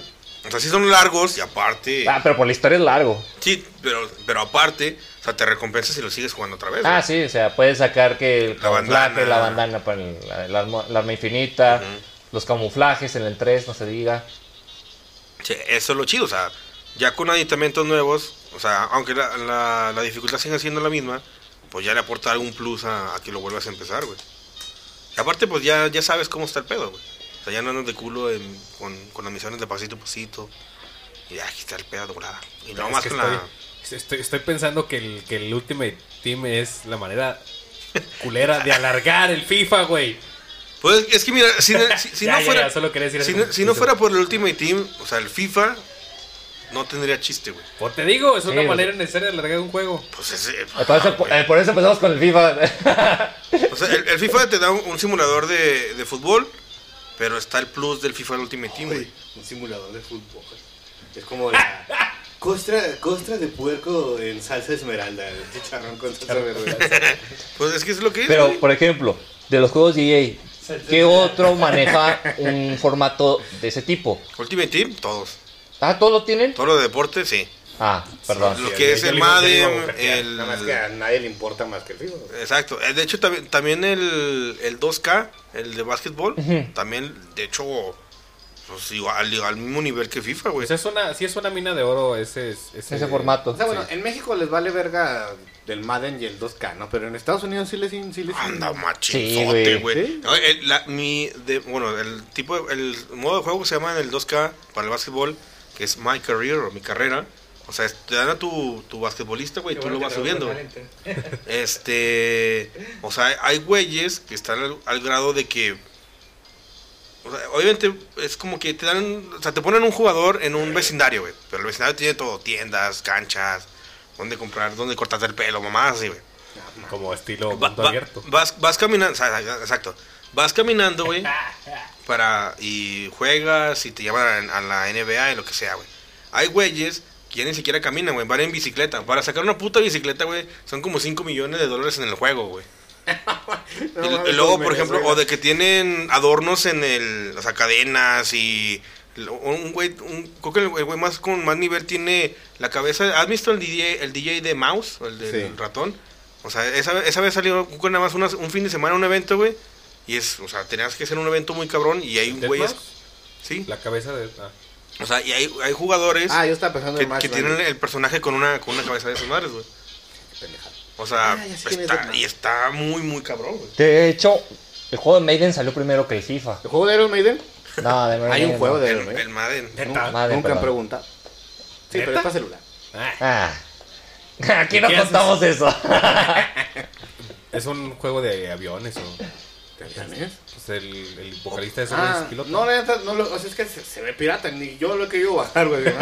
O sea, sí son largos y aparte.
Ah, pero por la historia es largo.
Sí, pero, pero aparte, o sea, te recompensas si lo sigues jugando otra vez.
Ah,
güey.
sí, o sea, puedes sacar que el
La bandana.
camuflaje, la bandana para el, la, el arma, el arma infinita, los camuflajes en el 3, no se diga.
Sí, eso es lo chido, o sea, ya con aditamentos nuevos, o sea, aunque la, la, la dificultad siga siendo la misma, pues ya le aporta algún plus a, a que lo vuelvas a empezar, güey. Y aparte, pues ya, ya sabes cómo está el pedo, güey. O sea, ya no andas de culo en- con, con las misiones de pasito a pasito. Y ya, aquí está el pedo dorada. Y no
Es
más
que
con
estoy,
la...
estoy, estoy pensando que el, que el Ultimate Team es la manera culera de alargar el FIFA, güey.
Pues es que mira, si, si- si
Ya,
no
ya,
fuera...
ya, solo quería decir
si,
eso. Pues,
no, si no fuera por el Ultimate Team, o sea, el FIFA no tendría chiste, güey.
O te digo, es una
Sí,
manera necesaria de alargar un juego.
Pues ese...
Eh, Por eso,
Ah,
eh, por eso empezamos con el FIFA.
O sea, el, el FIFA te da un, un simulador de, de fútbol, pero está el plus del FIFA Ultimate Team, güey.
un simulador de fútbol. Es como la costra, costra de puerco en salsa esmeralda, el chicharrón con salsa verde.
Pues es que es lo que es.
Pero,
güey.
por ejemplo, de los juegos EA, ¿qué otro maneja un formato de ese tipo?
Ultimate Team, todos.
Ah, ¿todos lo tienen?
Todo lo de deporte, sí.
Ah, perdón.
lo
sí,
que
yo-
es
yo
el
le iba- yo le iba a
Madden,
bofetear,
el.
Nada más que
Mm.
a nadie le importa más que el fútbol.
Exacto. Eh, De hecho, también, también el, el 2K, el de básquetbol,
Ujú.
también, de hecho, pues igual, al mismo nivel que FIFA, güey.
Pues es una, sí es una mina de oro ese, es-
Ese formato.
O sea, bueno,
Sí.
en México les vale verga del Madden y el 2K, ¿no? Pero en Estados Unidos sí les... Sí les
Anda,
Sí,
machinzote,
güey.
güey.
¿Sí?
No, el- la- mi, de- bueno, el tipo, de- el modo de juego que se llama en el 2K para el básquetbol, que es My Career o mi carrera. O sea, es- te dan a tu, tu basquetbolista, güey, y tú lo vas subiendo. Este, o sea, hay güeyes que están al, al grado de que, o sea, obviamente es como que te dan, o sea, te ponen un jugador en un vecindario, güey. Pero el vecindario tiene todo, tiendas, canchas, donde comprar, donde cortarte el pelo, mamás, así, güey.
como estilo
Va-
mundo
va-
abierto.
Vas, vas caminando, sa- sa- exacto. Vas caminando, güey, para, y juegas y te llevan a, a la NBA y lo que sea, güey. Hay güeyes que ya ni siquiera caminan, güey, van en bicicleta. Para sacar una puta bicicleta, güey, son como 5 millones de dólares en el juego, güey. Y- y, luego, por ejemplo, o de que tienen adornos en el, o sea, cadenas y lo- un güey, un, creo que el güey más con más nivel tiene la cabeza. ¿Has visto el DJ, el DJ de Mouse, o el del
Sí.
ratón? O sea, esa, esa vez salió con nada más unas- un fin de semana a un evento, güey. Y es, o sea, tenías que hacer un evento muy cabrón y hay
¿Dead
güeyes,
Mouse?
sí.
La cabeza de. ah.
O sea, y hay, hay jugadores
Ah, yo estaba pensando
pues, que,
en Match
que tienen el personaje con una con una cabeza de esas madres, güey. O sea,
Ah, ya sé quién es
está,
Deadman.
y está muy muy cabrón, güey.
De hecho, el juego de Maiden salió primero que el FIFA.
¿El juego de Iron Maiden?
No, de
Hay un
Maiden
juego
no.
de
El,
Iron
el
¿Eh?
Maiden.
Madden.
Neta.
Madden,
Nunca han
perdón.
preguntado. Sí, pero
¿Neta?
es para celular.
Ah,
Ah. Aquí no
¿Qué haces?
contamos eso.
es un juego de aviones o.
¿También es?
Pues el, el vocalista de ese güey
Ah,
es
no,
piloto.
no, neta, no, lo- o sea, es que se, se ve pirata, ni yo lo he querido bajar, güey. No,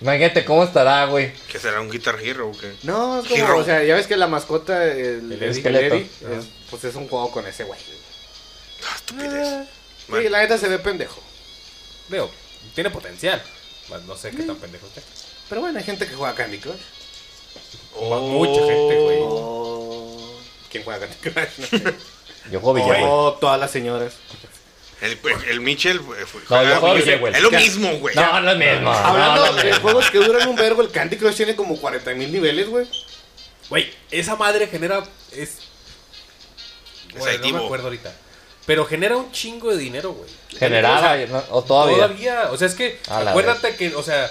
Imagínate cómo estará, güey.
Que será un Guitar Hero o qué.
No, es
Hero.
como, o sea, ya ves que la mascota, el,
El
el
esqueleto.
Eddie, es- pues es un juego con ese güey.
Ah, estupidez.
Sí,
Bueno,
la neta se ve pendejo.
Veo, tiene potencial. Mas No sé qué
Mm.
tan pendejo esté.
Pero bueno, hay gente que juega Candy Crush.
Oh.
Más
Oh.
Mucha gente, güey.
O... Oh. ¿Quién juega Candy Crush? No sé.
Yo juego
Oye.
videojuego.
O Oh, todas las señoras.
el, el Mitchell eh, fue-
No, yo
ah,
juego
güey,
Villa, güey.
Es lo
Ya.
mismo, güey.
No, no es mismo. no,
Hablando
Ah, no es
de
mismo.
juegos que duran un vergo, el Candy Crush tiene como 40.000 niveles, güey.
Güey, esa madre genera. Es.
Es
Güey, no
adictivo.
me acuerdo ahorita. Pero genera un chingo de dinero, güey.
Generaba,
O sea,
¿no? o todavía.
O sea, es que.
A la
acuérdate que, o sea,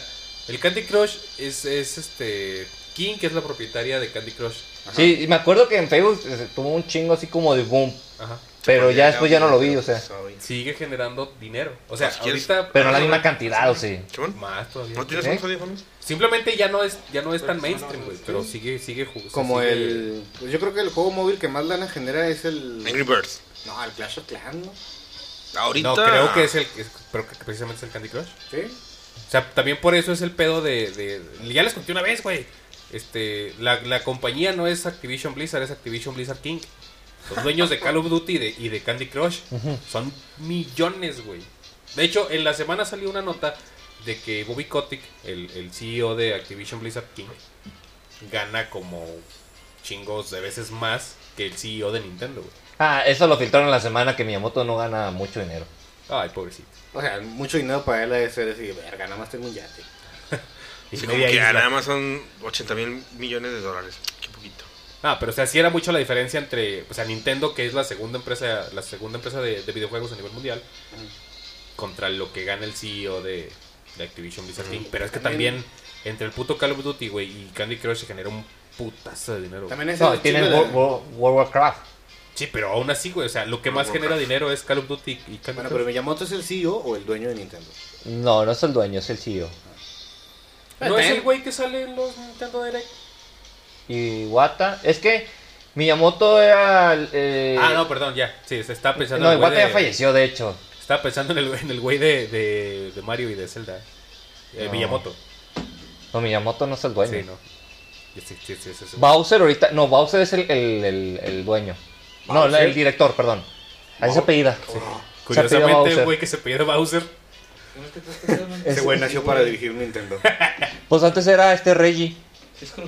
el Candy Crush es, es este. King, que es la propietaria de Candy Crush.
Sí, y me acuerdo que en Facebook eh, tuvo un chingo así como de boom.
Ajá.
Pero ya después ya no lo vi, o sea.
Sigue generando dinero. O sea,
Pues, ¿quieres-
ahorita.
Pero no la misma cantidad, o sí.
Chon,
Más todavía.
¿No tienes
¿Eh?
unos audífonos?
Simplemente ya no es, ya no es tan mainstream, güey. Pero sigue, sigue jugando.
Como el. pues yo creo que el juego móvil que más lana genera es
Angry
el.
Birds.
No, el Clash of Clans, ¿no?
Ahorita.
No, creo que es el. es- creo que precisamente es el Candy Crush.
Sí.
O sea, también por eso es el pedo de. de- ya les conté una vez, güey. Este, la, la compañía no es Activision Blizzard, es Activision Blizzard King. Los dueños de Call of Duty y de, y de Candy Crush son millones, güey. De hecho, en la semana salió una nota de que Bobby Kotick, el, el CEO de Activision Blizzard King, gana como chingos de veces más que el CEO de Nintendo, güey.
Ah, eso lo filtraron la semana que Miyamoto no gana mucho dinero.
Ay, pobrecito.
O sea, mucho dinero para él ha de ser así, verga, nada más tengo un yate.
Y
Sí, como
media
que ah,
isla.
nada más son 80 mil millones de dólares. Qué poquito.
Ah, pero o sea, sí era mucho la diferencia entre, o sea, Nintendo, que es la segunda empresa, la segunda empresa de, de videojuegos a nivel mundial, contra lo que gana el CEO de, de Activision Blizzard King. Pero es que también, entre el puto Call of Duty, güey, y Candy Crush se genera un putazo de dinero. güey.
También es
No,
el
tienen
chingo de-
World, World- World Warcraft.
Sí, pero aún así, güey, o sea, lo que más
Warcraft.
genera dinero es Call of Duty y Candy
Bueno, pero
Crush.
Miyamoto es el CEO o el dueño de Nintendo.
No, no es el dueño, es el E CEO.
¿No es el güey que sale en los Nintendo Direct?
Y Wata, es que Miyamoto era... el, eh,
Ah, no, perdón, ya. Sí, se estaba pensando
no,
en el
Iwata
güey
ya
de-
falleció, de hecho.
Estaba pensando en el, en el güey de, de, de Mario y de Zelda. Eh,
No.
Miyamoto.
No, Miyamoto no es el dueño.
Sí, no. Sí, sí, sí, sí, sí.
Bowser ahorita, no, Bowser es el, el, el- el dueño. No, la- el director, perdón. Así se apellida.
Oh.
Se apellida
Curiosamente,
Bowser.
el güey que se pidió Bowser.
¿Cómo es que estás casado?
Ese güey nació para dirigir Nintendo.
Pues antes era este Reggie.
Es como-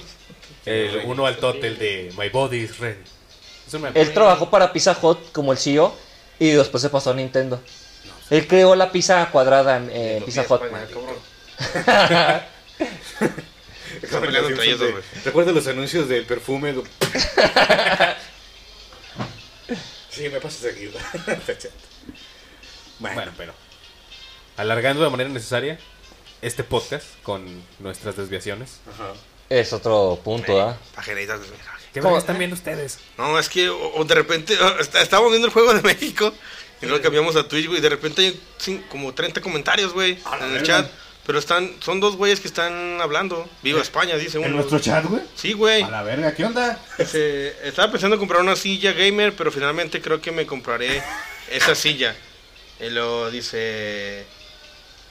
El uno al tot, el de My Body is Red. Eso me
Él trabajó para Pizza Hut como el CEO y después se pasó a Nintendo. Él creó la pizza cuadrada en eh, Pizza Hut.
Están peleando entre ellos dos, güey.
Recuerda los anuncios del perfume. Do- sí, me pasas aquí. güey. Está chato. bueno,
Bueno, pero. Alargando de manera necesaria este podcast con nuestras desviaciones.
ajá.
Es otro punto, ¿ah?
Pajeritas.
¿Qué
¿Cómo?
verga están viendo ustedes?
No, es que o, o de repente o, está- estábamos viendo el juego de México y luego cambiamos a Twitch, güey. Y de repente hay cin- como 30 comentarios, güey, en el chat. Pero están, son dos güeyes que están hablando. Viva España, dice uno.
En nuestro
güey.
chat, güey.
Sí, güey.
A la verga, ¿qué onda?
Dice, estaba pensando en comprar una silla gamer, pero finalmente creo que me compraré esa silla. Y lo dice. eh,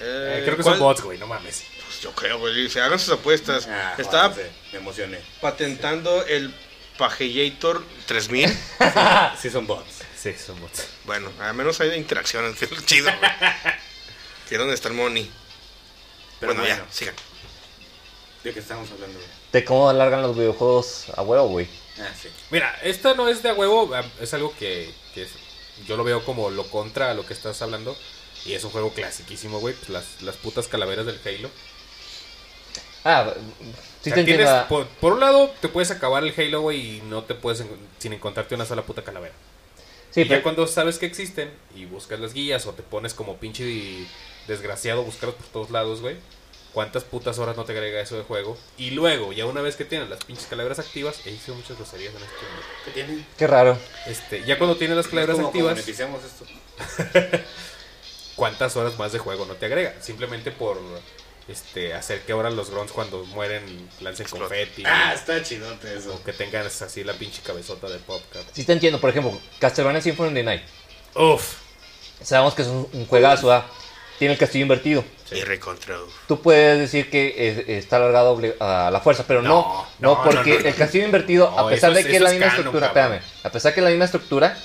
Eh, creo que
¿cuál?
son bots, güey, no mames.
Pues yo creo, güey. Dice, hagan sus apuestas.
Ah,
Estaba
joder, sí, me emocioné.
patentando el Pagellator 3000.
Sí, son bots.
Sí, son bots.
Bueno, al menos hay interacciones, que es lo chido, güey. Que es donde está el money.
Pero
bueno,
bueno,
ya, sigan.
¿de qué estamos hablando? güey?
De cómo alargan los videojuegos a huevo, güey.
Ah, sí.
Mira, esta no es de a huevo, am- es algo que, que es- yo lo veo como lo contra a lo que estás hablando. Y es un juego clasiquísimo, güey. pues las, las putas calaveras del Halo.
Ah, sí
O sea,
te entiendo.
tienes-
ah.
por, por un lado, te puedes acabar el Halo, güey, y no te puedes en- sin encontrarte una sola puta calavera.
Sí,
y ya
pero-
cuando sabes que existen y buscas las guías o te pones como pinche di- desgraciado a buscarlas por todos lados, güey. ¿Cuántas putas horas no te agrega eso de juego? Y luego, ya una vez que tienes las pinches calaveras activas, he hice muchas groserías en este momento.
¿Qué tiene?
qué raro.
Este, ya cuando tienes las calaveras
¿Cómo
activas,
moneticemos esto?
¿cuántas horas más de juego no te agrega? Simplemente por este hacer que ahora los grunts cuando mueren lancen
Explota.
confeti.
Ah, está chidote eso.
O que tengas así la pinche cabezota de popcorn.
Sí te entiendo, por ejemplo, Castlevania Symphony of the Night.
Uf.
Sabemos que es un, un juegazo, ¿ah? Tiene el castillo invertido.
Sí.
Y recontrol.
Tú puedes decir que es- está alargado obli- a la fuerza, pero no,
No,
no,
no,
porque
no, no,
el castillo invertido,
No,
a pesar
eso
de
es-
que es
eso
la
es
misma
canon,
estructura,
cabrón.
espérame, a pesar que es la misma estructura,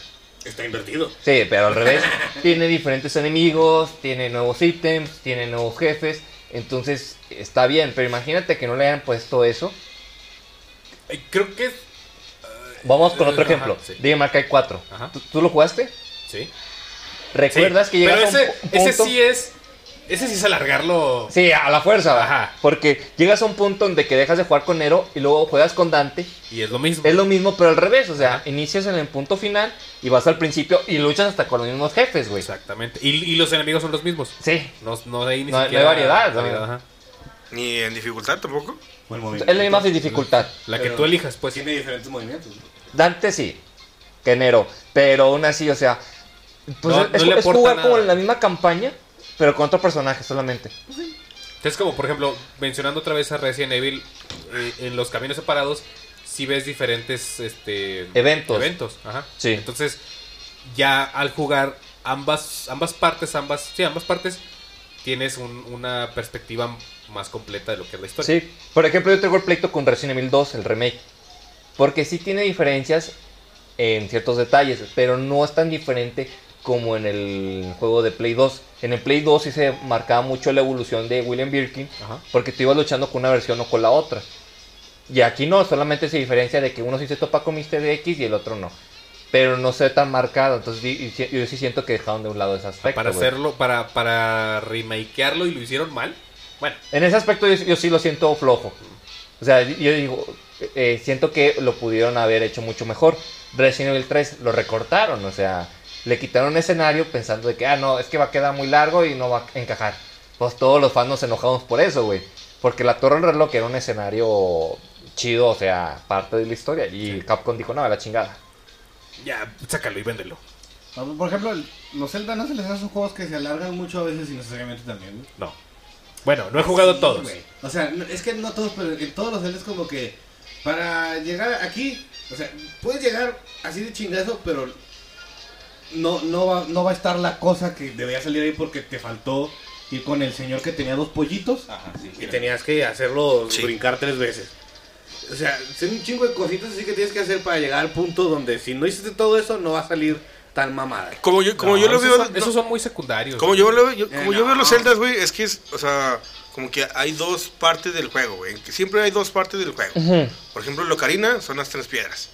Está invertido.
sí, pero al revés, tiene diferentes enemigos, tiene nuevos ítems, tiene nuevos jefes, entonces está bien, pero imagínate que no le hayan puesto eso.
Eh, Creo que.
Vamos con otro
Ajá,
ejemplo,
sí.
de Marca 4.
Ajá.
¿Tú, tú lo jugaste?
Sí.
¿Recuerdas
Sí,
que llegas
Pero
a un
ese,
pu- punto?
ese sí es. Ese sí es alargarlo.
Sí, a la fuerza,
Ajá.
porque llegas a un punto donde que dejas de jugar con Nero y luego juegas con Dante
Y es lo mismo.
Es lo mismo, pero al revés. O sea, inicias en el punto final y vas al principio y luchas hasta con los mismos jefes, güey.
Exactamente. Y, y los enemigos son los mismos.
Sí.
No, no hay ni
No hay- no hay
siquiera
variedad, ¿no?
ajá.
Ni en dificultad tampoco.
Buen
Es
movimiento.
la misma dificultad.
La que
Pero-
tú elijas, pues.
Pues tiene diferentes movimientos.
Dante sí, que Nero. Pero aún así, o sea, pues
No-
es,
no
es
le aporta
jugar
nada.
como en la misma campaña, pero con otro personaje solamente.
Entonces, como por ejemplo, mencionando otra vez a Resident Evil, eh, en los caminos separados, sí ves diferentes este,
Eventos.
eventos, ajá.
Sí.
Entonces, ya al jugar ambas, ambas partes, ambas, sí, ambas partes, tienes un- una perspectiva más completa de lo que es la historia.
Sí. Por ejemplo, yo tengo el pleito con Resident Evil 2, el remake. Porque sí tiene diferencias en ciertos detalles, pero no es tan diferente como en el juego de Play 2. En el Play 2 sí se marcaba mucho la evolución de William Birkin,
Ajá.
porque tú ibas luchando con una versión o con la otra. Y aquí no, solamente se diferencia de que uno sí se topa con Mr. X y el otro no. Pero no se ve tan marcado, entonces di- y si- yo sí siento que dejaron de un lado ese aspecto.
Para
güey.
hacerlo, para, para remakearlo y lo hicieron mal. Bueno,
En ese aspecto yo, yo sí lo siento flojo. O sea, yo digo, eh, siento que lo pudieron haber hecho mucho mejor. Resident Evil 3 lo recortaron, o sea, le quitaron escenario pensando de que, ah, no, es que va a quedar muy largo y no va a encajar. Pues todos los fans nos enojamos por eso, güey. Porque la Torre del Reloj era un escenario chido, o sea, parte de la historia. Y Capcom dijo, no, a la chingada.
ya, sácalo y véndelo.
No, Ah, pues, Por ejemplo, el- los Zelda no se les hacen juegos que se alargan mucho a veces innecesariamente también, güey.
No. Bueno, no he jugado
Sí,
todos.
güey. O sea, no- es que no todos, pero en todos los Zelda es como que para llegar aquí, o sea, puedes llegar así de chingazo, pero no, no, va, no va a estar la cosa que debería salir ahí porque te faltó ir con el señor que tenía dos pollitos
Ajá, sí.
y tenías que hacerlo
Sí.
brincar tres veces. O sea, son un chingo de cositas así que tienes que hacer para llegar al punto donde si no hiciste todo eso no va a salir tan mamada.
Como yo, como
No,
yo lo
esos
veo.
son-
no,
esos son muy secundarios.
como yo lo yo- como
Eh,
yo veo
no.
los celdas, güey, es que es, o sea, como que hay dos partes del juego, güey. Que siempre hay dos partes del juego. Por ejemplo, lo Karina son las tres piedras.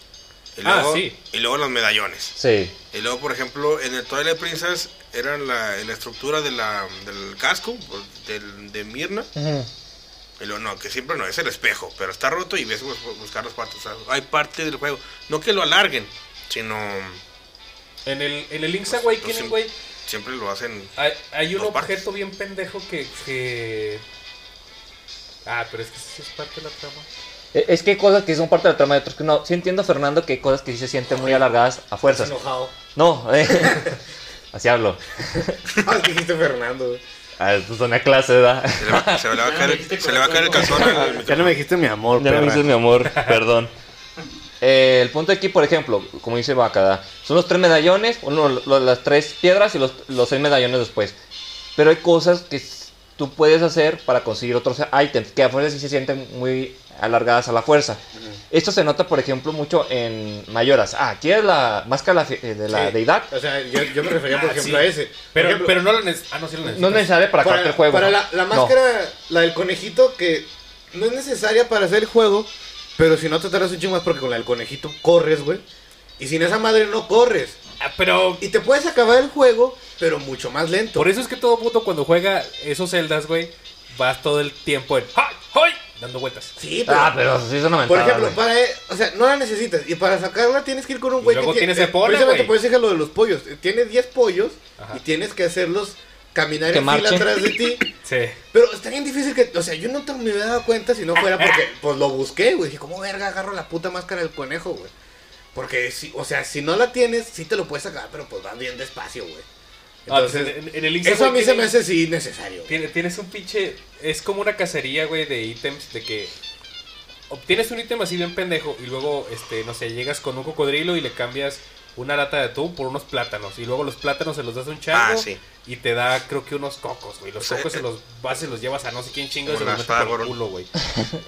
Y
Ah,
luego,
sí.
Y luego los medallones.
Sí.
Y luego, por ejemplo, en el Twilight Princess era la, en la estructura de la, del casco pues, del, de Mirna. Y luego, no, que siempre no, es el espejo, pero está roto y ves bus- buscar las partes. o sea, hay parte del juego. No que lo alarguen, sino
En el, en el Link's
Pues sí.
Awakening, güey,
siempre lo hacen.
hay, hay un
Los parques.
objeto bien pendejo que, que- Ah, pero es que sí es parte de la trama.
E- Es que hay cosas que son parte de la trama y otras que no. Sí entiendo, Fernando, que hay cosas que sí se sienten muy alargadas a fuerzas.
enojado.
No, eh, así hablo.
Ah, dijiste Fernando, güey.
Ah, esto suena a clase, ¿verdad?
Se le va, se le va a caer, se le va a caer el calzón al micrófono.
Ya no me dijiste mi amor,
Ya
perra.
lo dices, mi amor, perdón. Eh, el punto aquí, por ejemplo, como dice Bacada, son los tres medallones, uno, lo- las tres piedras y los, los seis medallones después. Pero hay cosas que s- tú puedes hacer para conseguir otros ítems, que a fuerza sí se sienten muy alargadas a la fuerza. Esto se nota, por ejemplo, mucho en Mayoras. Ah, ¿quieres la máscara fi- eh, de la
Sí.
deidad?
O sea, yo, yo me refería, por
Ah,
ejemplo,
sí.
a ese. Por
Pero,
ejemplo,
pero no la necesitas. Ah, no, sí la
No
necesitas.
es necesaria para,
para,
acabarte el juego.
para
¿no?
la, la
No.
máscara, la del conejito, que no es necesaria para hacer el juego, pero si no te tardas un chingo más porque con la del conejito corres, güey. Y sin esa madre no corres.
Ah, pero
Y te puedes acabar el juego, pero mucho más lento.
por eso es que todo puto cuando juega esos celdas, güey, vas todo el tiempo en... ¡Ay! ¡Ay! Dando vueltas.
Sí, pero,
Ah, pero sí es una
por
mentada,
ejemplo,
güey.
para, e, o sea, no la necesitas. Y para sacarla tienes que ir con un güey
Y luego
que tiene-
tienes el pobre,
precisamente
güey.
por eso dije lo de los pollos. Tienes 10 pollos
Ajá.
y tienes que hacerlos caminar
Que
en fila
marchen.
atrás de ti.
Sí.
Pero está bien difícil que, o sea, yo no te me hubiera dado cuenta si no fuera porque, pues lo busqué, güey. Dije, ¿cómo verga agarro la puta máscara del conejo, güey? Porque, si, o sea, si no la tienes, sí te lo puedes sacar, pero pues vas bien despacio, güey.
Ah, pues,
Entonces,
en- en el Link's
eso a mí se me
Awakening-
hace sí necesario. güey.
Tiene- Tienes un pinche. Es como una cacería, güey, de ítems de que. Obtienes un ítem así bien pendejo y luego, este, no sé, llegas con un cocodrilo y le cambias una lata de atún por unos plátanos. Y luego los plátanos se los das a un
Ah,
chango
sí.
y te da, creo que unos cocos, güey. Los
O sea,
cocos se
eh,
los vas y los llevas a no sé quién chingo y
como
se
la
los metes
espada
por el
Goron.
culo, güey.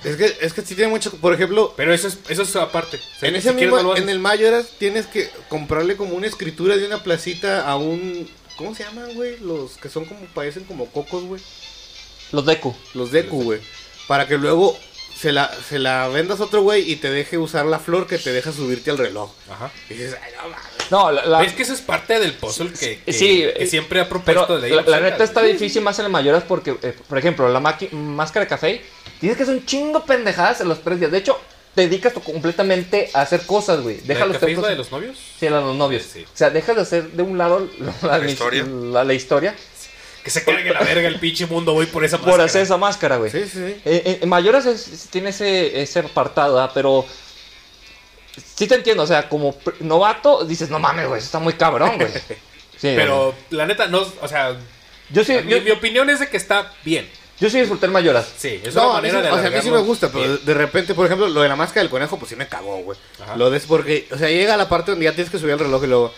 Es que, es que sí tiene mucho, por ejemplo,
Pero eso es, eso es aparte. O sea,
en
si quieres
ese mismo,
no lo haces.
en el Mayoras tienes que comprarle como una escritura de una placita a un, ¿cómo se llaman, güey? Los que son como, parecen como cocos, güey.
Los Deku.
Los Deku, güey. Para que luego se la, se la vendas a otro güey y te deje usar la flor que te deja subirte al reloj.
Ajá.
Y dices, ay, no mames.
No, la, la-
Es que eso es parte del puzzle que, que-
sí,
que
eh,
siempre ha propuesto
Pero
de
la, la neta está difícil más en el mayoras porque, eh, por ejemplo, la maqui- máscara de café, tienes que hacer un chingo pendejadas en los tres días. De hecho, te dedicas tú completamente a hacer cosas, güey. Deja
¿Déjalo
los
¿La de,
tres
la de
cosas-
los novios?
Sí, la de los novios.
Sí.
O sea, dejas de hacer de un lado la, la-
historia.
la- la historia
Que se cargue la verga el pinche mundo, voy por esa
por
máscara.
hacer esa máscara, güey.
Sí, sí, sí.
Eh, eh, en mayoras es- es- tiene ese, ese apartado, ¿ah? pero sí te entiendo. O sea, como pr- novato, dices, no mames, güey, eso está muy cabrón, güey. Sí,
Pero la neta, no, o sea,
yo sí,
mi-
yo,
mi, opinión es de que está bien.
yo sí disfruté el mayoras.
Sí, es
No,
una
a mí, sí,
manera de
o sea, a mí sí me
alargarlo
gusta, pero
bien.
de repente, por ejemplo, lo de la máscara del conejo, pues sí me cagó, güey.
Ajá.
Lo de porque, o sea, llega la parte donde ya tienes que subir al reloj y luego,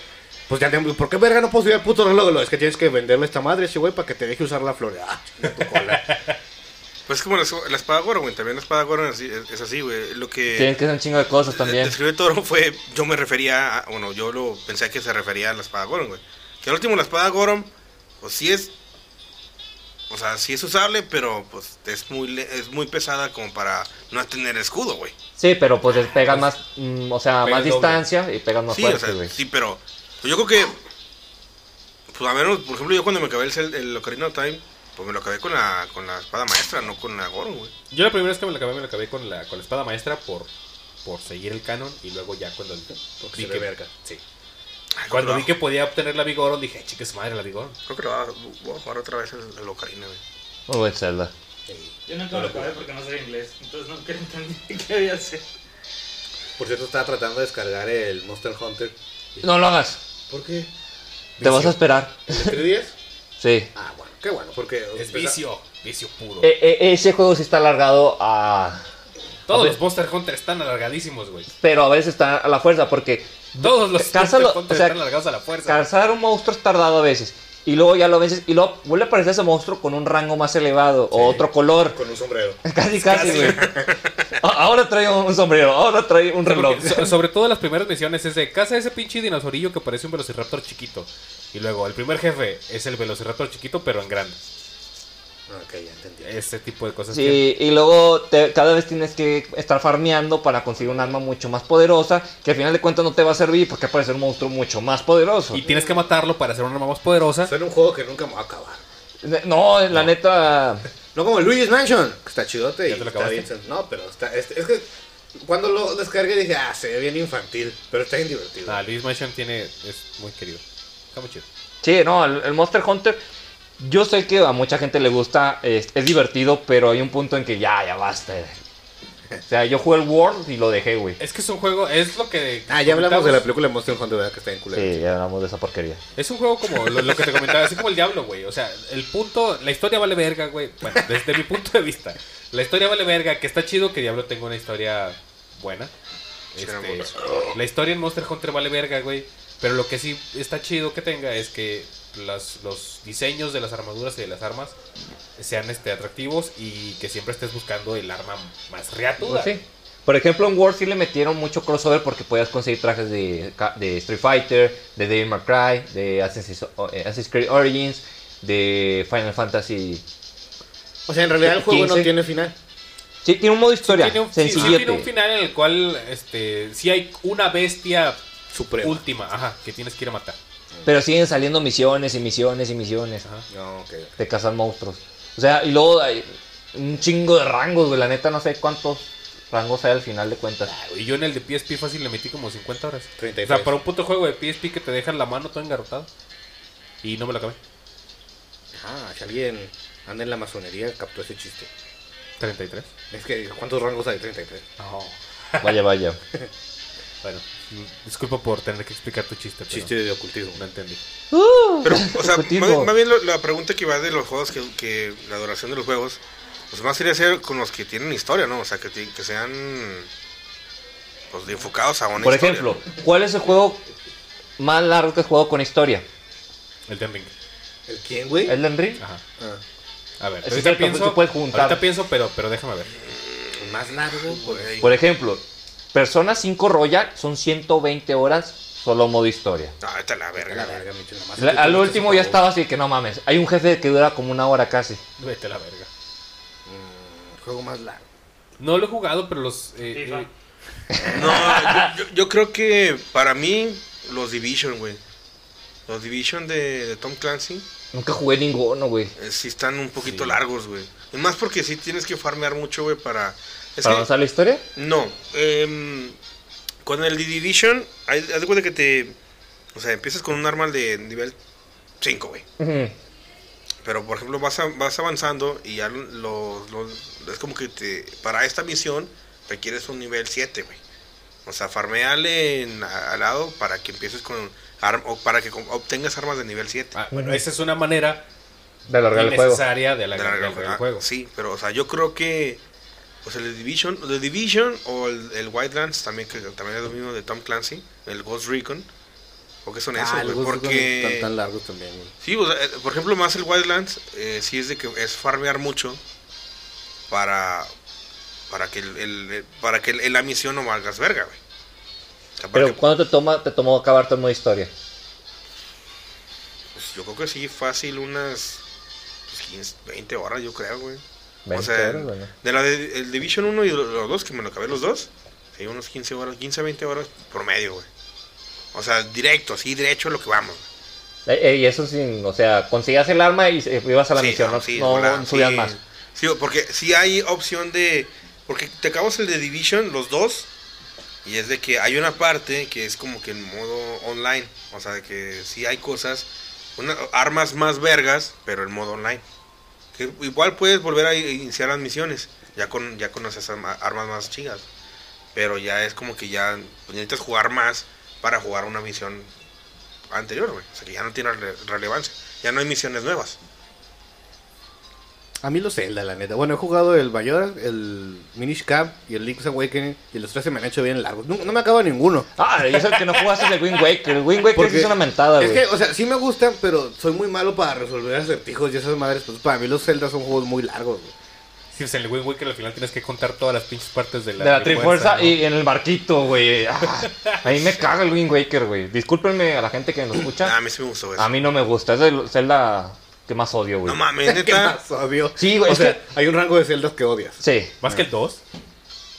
pues ya tengo, ¿por qué verga no puedo subir al puto reloj? Lo, es que tienes que venderle esta madre, ese güey, para que te deje usar la flor. Ah, chinga tu cola.
Pues es como la, la espada Goron, güey. También la espada Goron es, es así, güey. Lo que.
Tienes que hacer un chingo de cosas también.
Describe Toro fue, yo me refería, a, bueno, yo lo pensé que se refería a la espada Goron, güey. Que al último la espada Gorom, pues sí es. O sea, sí es usable, pero pues es muy, le- es muy pesada como para no tener escudo, güey.
Sí, pero pues pegas más, mm, o sea,
pega
más
el doble.
distancia y pegas más
Sí, o
fuerte,
sea,
güey.
sí, pero pues, yo creo que, pues a menos, por ejemplo, yo cuando me acabé el, Cel- el Ocarina of Time, pues me lo acabé con la, con la espada maestra, no con la Goron, güey.
Yo la primera vez que me la acabé, me la acabé con la, con la espada maestra por, por seguir el canon y luego ya cuando vi
se
que,
ve verga.
sí.
Ay,
Ah, cuando
creo
vi
lo-
que podía obtener la Vigoron dije, chica su madre la Vigoron.
Creo que lo va- voy a jugar otra vez el, el Ocarina, güey.
Muy buen Zelda.
Yo nunca me lo acabé porque no sabía inglés, entonces nunca entendí qué había hacer.
Por cierto, estaba tratando de descargar el Monster Hunter.
No lo hagas.
¿Por qué?
Te vas a esperar.
¿El de 3DS?
Sí.
Ah, bueno, qué bueno, porque...
Es vicio, vicio puro.
Eh,
E- e- ese juego sí está alargado a...
Todos
a ver.
los Monster Hunter están alargadísimos, güey.
Pero a veces está a la fuerza porque
Todos los
Cázalo,
Monster Hunter
o sea,
están alargados a la fuerza.
cazar un monstruo es tardado a veces. Y luego ya lo veces y luego vuelve a aparecer ese monstruo con un rango más elevado o otro color.
Con un sombrero.
Casi, casi, güey. A- ahora trae un sombrero, ahora trae un
O sea,
reloj.
porque so- sobre todo las primeras misiones es de casa ese pinche dinosaurillo que parece un velociraptor chiquito. Y luego el primer jefe es el velociraptor chiquito pero en grande.
Ah, Ok, ya entendí.
Este tipo de cosas. que-
Sí, y luego te- cada vez tienes que estar farmeando para conseguir un arma mucho más poderosa, que al final de cuentas no te va a servir porque aparece un monstruo mucho más poderoso.
Y tienes que matarlo para hacer una arma más poderosa.
Suena un juego que nunca me va a acabar.
No, la neta...
No como el Luigi's Mansion, que está chidote y
¿Ya te lo
está bien. sen- No, pero está, es, es que cuando lo descargué dije, ah, se ve bien infantil, pero está bien divertido.
Ah, Luis Mansion tiene. es muy querido. Está muy chido.
Sí, no, el, el Monster Hunter, yo sé que a mucha gente le gusta, es, es divertido, pero hay un punto en que ya, ya basta. O sea, yo jugué el World y lo dejé, güey.
Es que es un juego, es lo que.
Ah, ya hablamos de la
comentábamos.
película de Monster Hunter, ¿verdad? Que está en culero.
Sí, ya hablamos de esa porquería.
Es un juego como lo, lo que te comentaba, así como el Diablo, güey. O sea, el punto, la historia vale verga, güey. Bueno, desde mi punto de vista, la historia vale verga. Que está chido que Diablo tenga una historia buena. Este,
era muy
la historia en Monster Hunter vale verga, güey. Pero lo que sí está chido que tenga es que las- los diseños de las armaduras y de las armas sean este, atractivos y que siempre estés buscando el arma más reatuda.
Pues Sí. Por ejemplo, en World sí le metieron mucho crossover porque podías conseguir trajes de, ca- de Street Fighter, de Devil May Cry, de Assassin's, o- eh, Assassin's Creed Origins, de Final Fantasy.
O sea, en realidad el juego
15.
no tiene final.
Sí, tiene un modo historia,
Tiene un, sí, sí
sencillete.
tiene un final en el cual este, sí hay una bestia
Supremo.
última, ajá, que tienes que ir a matar.
Pero siguen saliendo misiones y misiones y misiones.
Ajá.
No, ok.
de cazar monstruos. O sea, y luego hay un chingo de rangos, güey. La neta no sé cuántos rangos hay al final de cuentas.
Y yo en el de PSP fácil le metí como 50 horas. O
33.
sea, para un puto juego de PSP que te dejan la mano todo engarrotado. Y no me lo acabé.
Ah, si alguien anda en la masonería, captó ese chiste.
33.
Es que, ¿cuántos rangos hay? 33.
No.
Vaya, vaya.
Bueno, mm, disculpa por tener que explicar tu chiste, pero
Chiste de ocultismo.
no entendí.
Pero, o sea,
Ejecutivo.
más, más bien lo- la pregunta que va de los juegos, que, que la duración de los juegos, pues más sería ser con los que tienen historia, ¿no? O sea, que, ti- que sean pues, de enfocados a una
Por
historia.
ejemplo, ¿cuál es el juego más largo que has jugado con historia?
El Ring.
¿El quién, güey?
¿Elden Ring?
Ajá.
Ah,
A ver,
Eso
ahorita
es cierto,
pienso.
tú puedes juntar.
Ahorita pienso, pero, pero déjame ver.
el más largo, güey.
Por ejemplo, Persona 5 Royal son 120 horas solo modo historia.
Ah, vete a la
A
verga.
La verga, Micho, nomás
La-
tú te
al
metes
último
en
ya
juego.
estaba así que no mames. Hay un jefe que dura como una hora casi.
Vete a la verga.
Mm, juego más largo.
No lo he jugado, pero los. eh,
FIFA.
eh,
No, yo, yo- yo creo que para mí, los Division, güey. Los Division de, de Tom Clancy
Nunca jugué ninguno, güey.
eh, sí están un poquito
Sí.
largos, güey. Y más porque sí tienes que farmear mucho, güey, para... es
¿Para
que-
avanzar la historia?
No. em, con el The Division, hay- haz de cuenta que te. O sea, empiezas con un arma de nivel 5, güey.
Ujú.
Pero por ejemplo, vas, a- vas avanzando y ya los, Es como que te, para esta misión requieres un nivel 7, güey. O sea, farmeale en- a- al lado para que empieces con. arm- o para que com- obtengas armas de nivel 7.
ah, bueno, esa es una manera
De alargar el juego.
innecesaria de
de
alargar
la-
el juego.
ah, Sí, pero o sea, yo creo que pues el The Division, The Division o el, el Wildlands también que también es lo mismo de Tom Clancy, el Ghost Recon, o qué son esos,
Ah,
güey?
los juegos
porque
Tan, tan largos también, güey.
sí, o sea, eh, por ejemplo, más el Wildlands eh, sí es de que es farmear mucho para para que el, el- eh, para que el- la misión no valgas verga, güey. O sea, para
Pero
que-
¿cuándo te toma te tomó acabarte el modo historia?
pues yo creo que sí, fácil unas pues, 15, 20 horas, yo creo, güey. O
20
sea,
horas, bueno.
de la de- el Division 1 y lo- los dos, que me lo acabé los dos, sí, unos 15 horas, 15 20 horas promedio, güey. O sea, directo, así derecho a lo que vamos.
Eh, eh, y eso sin, o sea, consigas el arma y eh, ibas a la
Sí,
misión, no,
sí,
no
volada,
subías
sí.
más.
Sí, porque si hay opción de. Porque te acabas el de Division, los dos. Y es de que hay una parte que es como que en modo online. O sea, de que sí hay cosas. una- armas más vergas, pero en modo online. Que igual puedes volver a iniciar las misiones. Ya con, ya con esas arma- armas más chidas. Pero ya es como que ya pues, necesitas jugar más para jugar una misión anterior, güey. O sea, que ya no tiene re- relevancia. Ya no hay misiones nuevas.
A mí los Zelda, la neta. Bueno, he jugado el Bayora, el Minish Cap y el Link's Awakening. Y los tres se me han hecho bien largos. No, no me acabo ninguno.
Ah, y eso que no jugaste el Wind Waker. El Wind Waker
Porque-
sí es una mentada,
es
güey.
que, o sea, sí me gustan, pero soy muy malo para resolver acertijos y esas madres. Pues para mí los Zelda son juegos muy largos, güey.
Si es pues, en el Wind Waker al final tienes que contar todas las pinches partes de la,
De la Trifuerza
¿no?
y en el barquito, güey. Ah, a mí me caga el Wind Waker, güey. Discúlpenme a la gente que nos
Ah,
escucha.
a mí sí me gustó eso.
A mí no me gusta. Es el Zelda que más odio, güey.
No mames,
¿Qué
neta.
más obvio?
Sí, güey,
O
es
sea,
que-
hay un rango de celdas que odias.
Sí.
Más que el 2.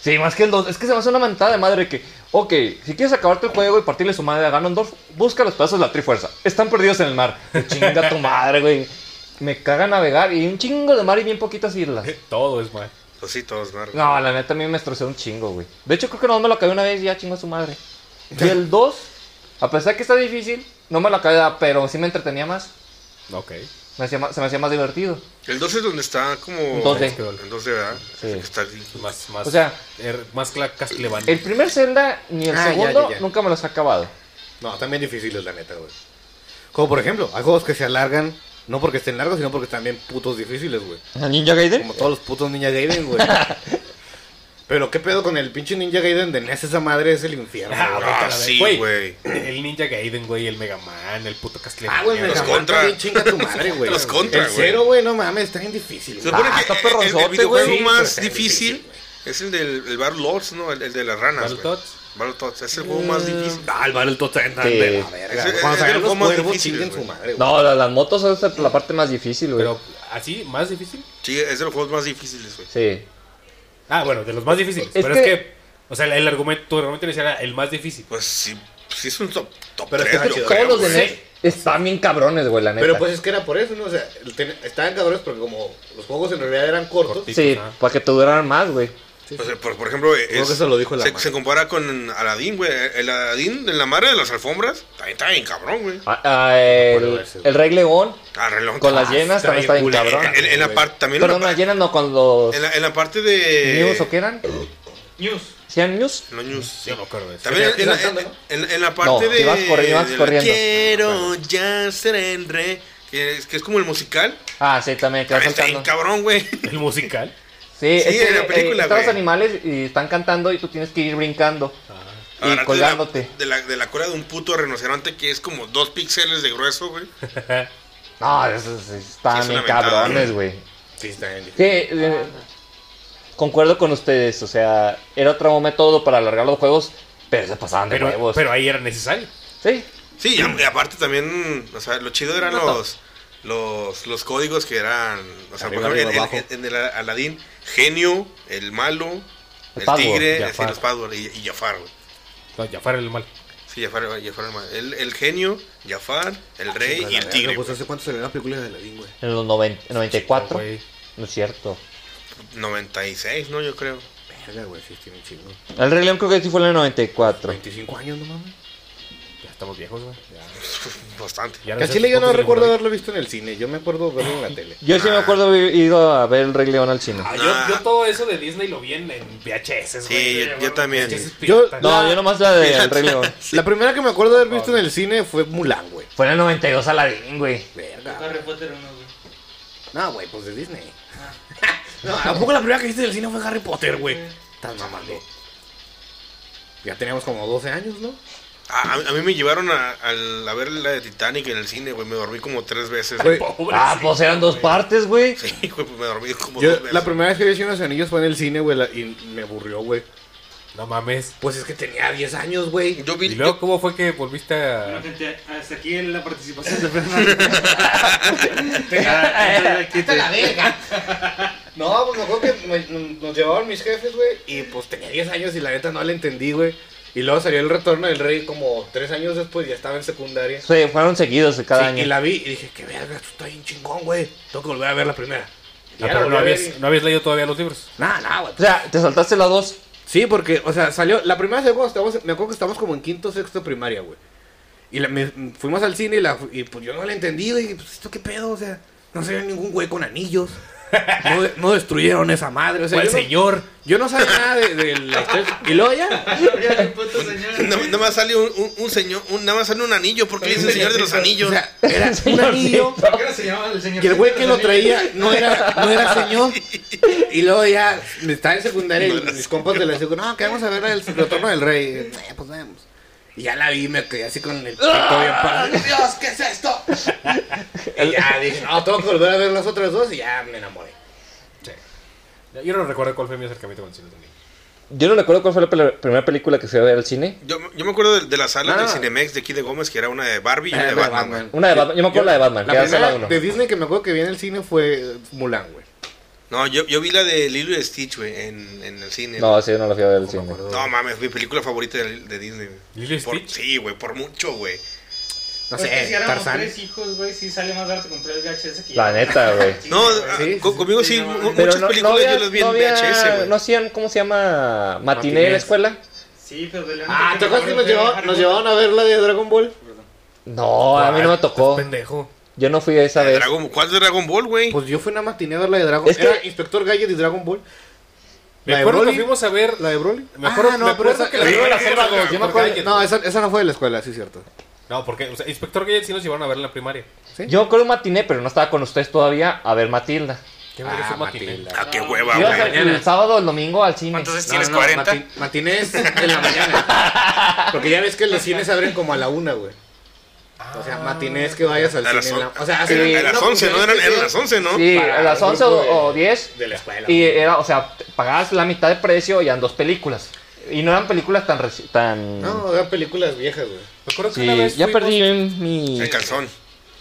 Sí, más que el 2. Es que se me hace una mentada de madre que, ok, si quieres acabarte el juego y partirle su madre a Ganondorf, busca los pedazos de la Trifuerza. Están perdidos en el mar. Chinga tu madre, güey. Me caga navegar y un chingo de mar y bien poquitas islas.
eh, Todo es mal.
Pues sí, todos, ¿no?
No, la neta a mí me estresó un chingo, güey. De hecho, creo que no me lo acabé una vez y ya chingo a su madre. Y el 2, a pesar que está difícil, no me lo acabé, pero sí me entretenía más.
Ok.
Me hacía más- se me hacía más divertido.
El 12 es donde está como.
12.
El 12, ¿verdad?
Sí.
Es el que Está así.
Más, más.
O sea-
er- más cla- Castlevania.
El primer Zelda ni el
Ah, ya,
segundo
ya, ya.
nunca me los he acabado.
No, también difíciles, la neta, güey. Como por ejemplo, hay juegos que se alargan, no porque estén largos, sino porque están bien putos difíciles, güey.
¿El Ninja Gaiden?
Como todos los putos Ninja Gaiden, güey. Pero qué pedo con el pinche Ninja Gaiden de NES, esa madre es el infierno,
Ah,
güey.
vete a
Ah,
la
sí,
verga.
güey.
El Ninja Gaiden, güey, el Mega Man, el puto Castlevania.
Ah, güey, me
Los
jamás
contra.
también chinga tu madre, güey.
Los contra,
El
güey.
cero, güey, no mames, está bien difícil,
Se
güey.
supone
Ah, está
que el- el,
perrosote,
videojuego
güey.
más
Sí, pero está
difícil
difícil,
es el del el Battlelords, ¿no? El, el de las ranas. güey.
¿Battletoads?
Battletoads. Es el juego más
Eh.
difícil.
Ah, el Battletoads está
Sí.
de la
Ese-
verga, güey.
ese
Cuando
es el
salgan los
juego más
cuervos,
difícil,
chinguen
güey.
su madre, güey.
No, la- las motos es la parte más difícil, güey.
Pero así, más difícil.
Sí, es de los juegos más difíciles, güey.
Sí.
Ah, bueno, de los más difíciles.
Es
pero es
que-
que, o sea, el, el argumento, tu argumento inicial era el más difícil.
Pues sí, sí es un top, top
Pero
3,
está
yo
chido.
creo,
Todos los de
güey.
NES están bien cabrones, güey, la neta.
Pero pues es que era por eso, ¿no? O sea, el ten- estaban cabrones porque como los juegos en realidad eran cortos,
Cortitos.
Sí,
Ajá.
para que te duraran más, güey.
O sea, por, por ejemplo, es-
que eso lo dijo la
se,
madre.
se compara con Aladdin, güey. El Aladdin en la madre de las alfombras también está bien cabrón, güey.
Ah, ah, el,
acuerdo ese, güey.
el Rey León
Ah, reloj.
con las llenas
está
también está bien
bien culero.
cabrón.
En, en la parte también. en la
Perdón,
par-
las llenas no, con los
en la, en la parte
Eh,
de.
news o qué eran.
News.
¿Sean news?
Los news.
Yo no creo de eso.
También en, la- en-
saltando,
en- en la parte
No,
de.
te vas corriendo, vas
de la
corriendo.
Quiero ya ser en re. Que es, que es como el musical.
Ah, sí, también, que vas
Está bien
saltando.
cabrón, güey.
El musical.
Sí,
Sí,
es que,
en la
eh,
película,
están los
güey.
animales y están cantando y tú tienes que ir brincando y
Agarrarte de la-
colgándote.
De la, de la cola de un puto rinoceronte que es como dos píxeles de grueso, güey.
No, esos están
Sí, es
bien
una mentada,
cabrones, güey.
sí, está bien difícil.
Sí, eh, concuerdo con ustedes, o sea, era otro método para alargar los juegos, pero se pasaban de
Pero,
huevos.
pero ahí era necesario.
Sí,
Sí, y, y aparte también, o sea, lo chido eran
No, no.
los, los, los códigos que eran, o sea,
Arriba,
por ejemplo,
arriba,
en- en, en el Aladín, genio, el malo,
El
el,
Padua,
tigre,
Jafar.
sí, los Padua y, y Jafar, güey.
No, Jafar era el mal.
Sí, Jafar, Jafar el, malo. el, el genio, Jafar, el rey y el
Verga,
tigre.
Pues hace cuánto salió la película de Aladdin, güey.
en los noven- 94.
No, güey.
no es cierto.
96, ¿no? Yo creo.
Verga, güey, sí, tiene un chingo.
El Rey León creo que sí fue en el 94.
25 años, no mames.
Ya estamos viejos, güey. Ya-
Bastante.
ya
Que al
sé
Chile yo no
cuántos
recuerdo
tenemos,
haberlo visto en el cine, yo me acuerdo verlo en la tele.
Yo sí me
Ah.
acuerdo haber ido a ver el Rey León al cine.
güey. Ah, yo, yo todo eso de Disney lo vi en, en VHS, güey.
Sí, yo- yo también.
VHS
Yo-
pirata.
No, yo nomás la de El Rey León.
La primera que me acuerdo haber visto en el cine fue Mulan, güey.
Fue en el 92 Aladdin, güey.
Verga.
Harry Potter uno, güey.
No, güey, pues de Disney. Ah. no, ¿a poco la primera que viste en el cine fue Harry Potter, güey? Estás mamando. Ya teníamos como 12 años, ¿no?
A, a- a mí me llevaron a, al- a ver la de Titanic en el cine, güey. Me dormí como tres veces.
Güey,
Pobre
Ah,
sí.
pues eran dos partes, güey.
Sí, güey, pues me dormí como
Yo,
dos veces.
la primera vez que vi Señor de los Anillos fue en el cine, güey, la- y me aburrió, güey.
No mames.
Pues es que tenía 10 años, güey.
Yo vi.
¿Y luego cómo fue que volviste a.?
Bueno, gente, hasta aquí la participación de Fernando.
verga! No, pues me acuerdo que me- nos, llevaban mis jefes, güey. Y pues tenía 10 años y la neta no la entendí, güey. Y luego salió el retorno del rey como 3 años después, ya estaba en secundaria.
Sí, fueron seguidos de cada
Sí,
año.
Y la vi y dije, qué verga, esto está bien chingón, güey. Tengo que volver a ver la primera.
Ah, pero no habías, no habías leído todavía los libros.
Nada, nada, güey.
O sea, te saltaste la dos.
Sí, porque, o sea, salió. La primera vez cuando estábamos- me acuerdo que estábamos como en quinto sexto primaria, güey. Y la- me- fuimos al cine y, la, y pues yo no la entendí, güey. Pues esto qué pedo, o sea, no se ve ningún güey con anillos. No, de- no destruyeron esa madre, o sea.
¿Cuál
yo no-
señor?
Yo no sabía nada de, de la historia. Y luego ya.
Nada nada más sale un, un- un señor, un- nada más sale un anillo, porque le dice el señor de los
O
anillos.
sea, era un
Señor,
anillo.
sí.
Y el güey que lo traía no era, no era señor. Y luego ya me estaba en secundaria y mis compas de la secu, no, que vamos a ver el retorno del rey. Eh, pues vemos. Y ya la vi, me quedé así con el pito bien parado. ¡Ah! ¡Dios, qué es esto! y ya dije, no, tengo que volver a ver las otras dos y ya me enamoré.
Eh,
Yo no recuerdo cuál fue mi acercamiento con el cine también.
Yo no recuerdo cuál fue la pel- primera película que fui a ver al cine.
Yo, yo me acuerdo de, de la sala
No,
del
no.
Cinemex de aquí de Gómez, que era una de Barbie y una
Eh,
de
de
Batman.
Batman.
güey.
Una de Batman. Yo me acuerdo la de Batman, que
La
era sala
primera
uno.
de Disney que me acuerdo que vi en el cine fue eh, Mulan, güey.
No, yo, yo vi la de Lilo y Stitch, güey, en, en el cine.
No, sí, yo no la fui a ver al
No me
cine.
acuerdo.
No mames, mi película favorita de, de Disney. güey.
¿Lilo y
Por-
Stitch?
Sí, güey, por mucho, güey.
No
Pues que
sé,
si éramos
Tarzán.
tres hijos, güey, sí sale más barato comprar el VHS que
La
llevar.
neta, güey.
Sí,
No,
güey.
ah,
sí,
co-
sí.
conmigo sí,
Sí, no,
mu-
no.
muchas
no,
películas
no
yo las vi en
no había-
VHS, güey.
no hacían, ¿cómo se llama? Matiné en la
Matinés.
escuela.
Sí, pero de la
Ah,
neta
¿te acuerdas que nos
me acuerdo
llevaban,
de
nos llevaban a ver la de Dragon Ball?
No, a mí no me
Ah,
tocó.
Estás Pendejo.
Yo no fui a esa vez.
Dragon- ¿Cuál es de Dragon Ball, güey?
Pues yo fui una matiné a ver la de Dragon
Es que-
Era Inspector Gadget y Dragon Ball.
Me
La de
acuerdo que
Broly.
fuimos a ver.
¿La de Broly?
Me acuerdo, me acuerdo que la
Sí,
vimos en la
sí,
selva,
sí,
güey.
sí,
Yo
me
me
acuerdo-
acuerdo.
No, esa, esa no fue de la escuela, sí, cierto.
No, porque o sea, Inspector Gadget sí nos llevaron a ver en la primaria.
¿Sí?
Yo me acuerdo un matiné, pero no estaba con ustedes todavía a ver Matilda.
¿Qué verga es un matiné?
Ah, qué hueva,
Ibas
güey.
el, el sábado o el domingo al cine.
¿Cuántos es-
No,
¿Tienes
no,
40?
mati- matinés en la mañana. Porque ya ves que los cines abren como a la una, güey. O sea, matinés que vayas al
A las,
cine. en la-
on-
O sea,
a-
hacen
a las
una
11, ¿no?
función
Eran, eran
especial
las 11, ¿no?
Sí,
Para
a las
un
11 o,
grupo de-
o 10.
De la escuela.
Y era, o sea, te- pagabas la mitad de precio y eran dos películas. Y no eran películas tan. reci- tan...
No, eran películas viejas, güey.
Me acuerdo que
sí,
una vez.
ya
fuimos-
perdí mi.
El calzón.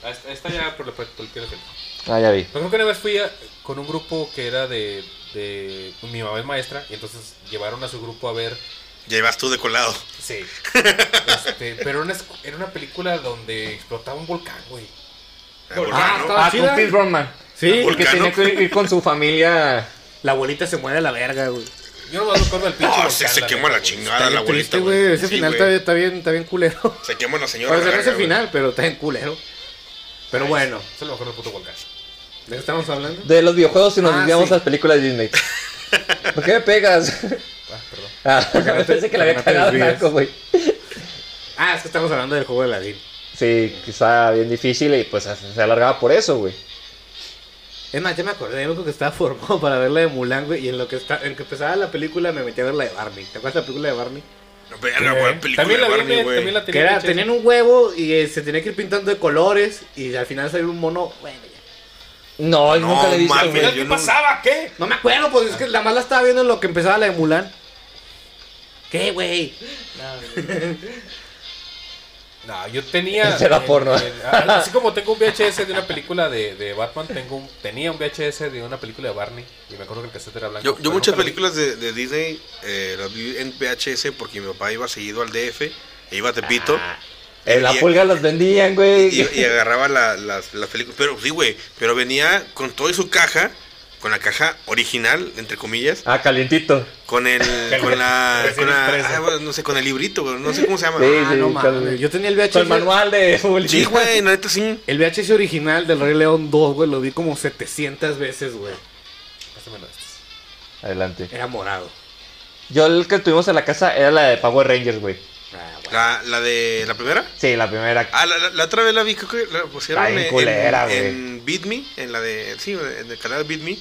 Ah, Esta esta ya por la por el pie de la película.
Ah, ya vi.
Me acuerdo Pues que una vez fui a- con un grupo que era de, de- pues Mi mamá es maestra, y entonces llevaron a su grupo a ver.
Llevas tú de colado.
Sí. Este, pero era una, escu- era una película donde explotaba un volcán, güey.
Ah,
Ah,
volcán, ¿no?
estaba
Ah,
chida.
con Pete Bronman.
Sí,
Porque
¿Vulcano?
tenía que ir- ir con su familia.
la abuelita se muere a la verga, güey.
Yo no me acuerdo del pinche.
Ah,
volcán,
se, se quema
neta,
la
güey.
chingada la
Está bien
abuelita,
triste, güey. Ese
Sí,
final
güey.
está, está bien, está bien culero.
Se quema la señora.
Bueno, o sea, no es
verga,
el
güey.
final, pero está en culero. Pero bueno,
Solo me acuerdo del puto volcán.
¿de qué estamos hablando?
De los videojuegos y nos
Ah,
desviamos
sí.
a las películas de Disney. ¿Por qué me pegas?
Ah, perdón.
Ah,
no te-
pensé que la
para que
había cagado
no te desvíes.
Naco, güey.
Ah, es que estamos hablando del juego de Aladdin.
Sí, quizá bien difícil y pues se se alargaba por eso, güey.
Es más, ya me acordé, yo creo que estaba formado para ver la de Mulan, güey, y en lo que está, en que empezaba la película me metí a ver la de Barney. ¿Te acuerdas de la película de Barney?
No, verga, güey, película
también, la
de
vi,
Barney,
me-
güey.
también la tenía.
que era,
en VHS.
tenían un huevo y eh, se tenía que ir pintando de colores y al final salió un mono, bueno, ya.
No,
No,
nunca le he visto,
mames.
güey.
Mira,
yo
¿Qué
no-
pasaba? ¿Qué?
No me acuerdo, pues es que la más la estaba viendo en lo que empezaba la de Mulan. ¿Qué, güey?
No, yo tenía.
Ese era
eh,
porno.
eh, ah, así como tengo un VHS de una película de, de Batman, tengo un- tenía un VHS de una película de Barney. Y me acuerdo que el cassette era blanco.
Yo,
pero
yo muchas
nunca lo vi.
películas de, de Disney eh, las vi en VHS porque mi papá iba seguido al DF, e iba a Tepito
En la
Y-
pulga los vendían,
y,
güey.
y agarraba la- las, las películas. Pero sí, güey, pero venía con toda su caja, con la caja original, entre comillas,
Ah, calientito.
con el, con la, con la-
impresa.
ah, bueno, no sé, con el librito, güey, no sé cómo se llama.
Sí.
Ah, no
con-
mames. Yo tenía el VHS.
Con el manual de
Sí,
publicidad.
güey, la neta sí.
El VHS original del Rey León 2, güey, lo vi como 700 veces, güey.
Pásamelo estos.
Adelante.
Era morado.
Yo el que tuvimos en la casa era la de Power Rangers, güey.
Ah, güey.
La, la de la primera.
Sí, la primera.
Ah, la, la- la otra vez la vi, creo que la pusieron
Está bien
en,
culera,
en, en Beat Me, en la de, sí, en el canal Beat Me.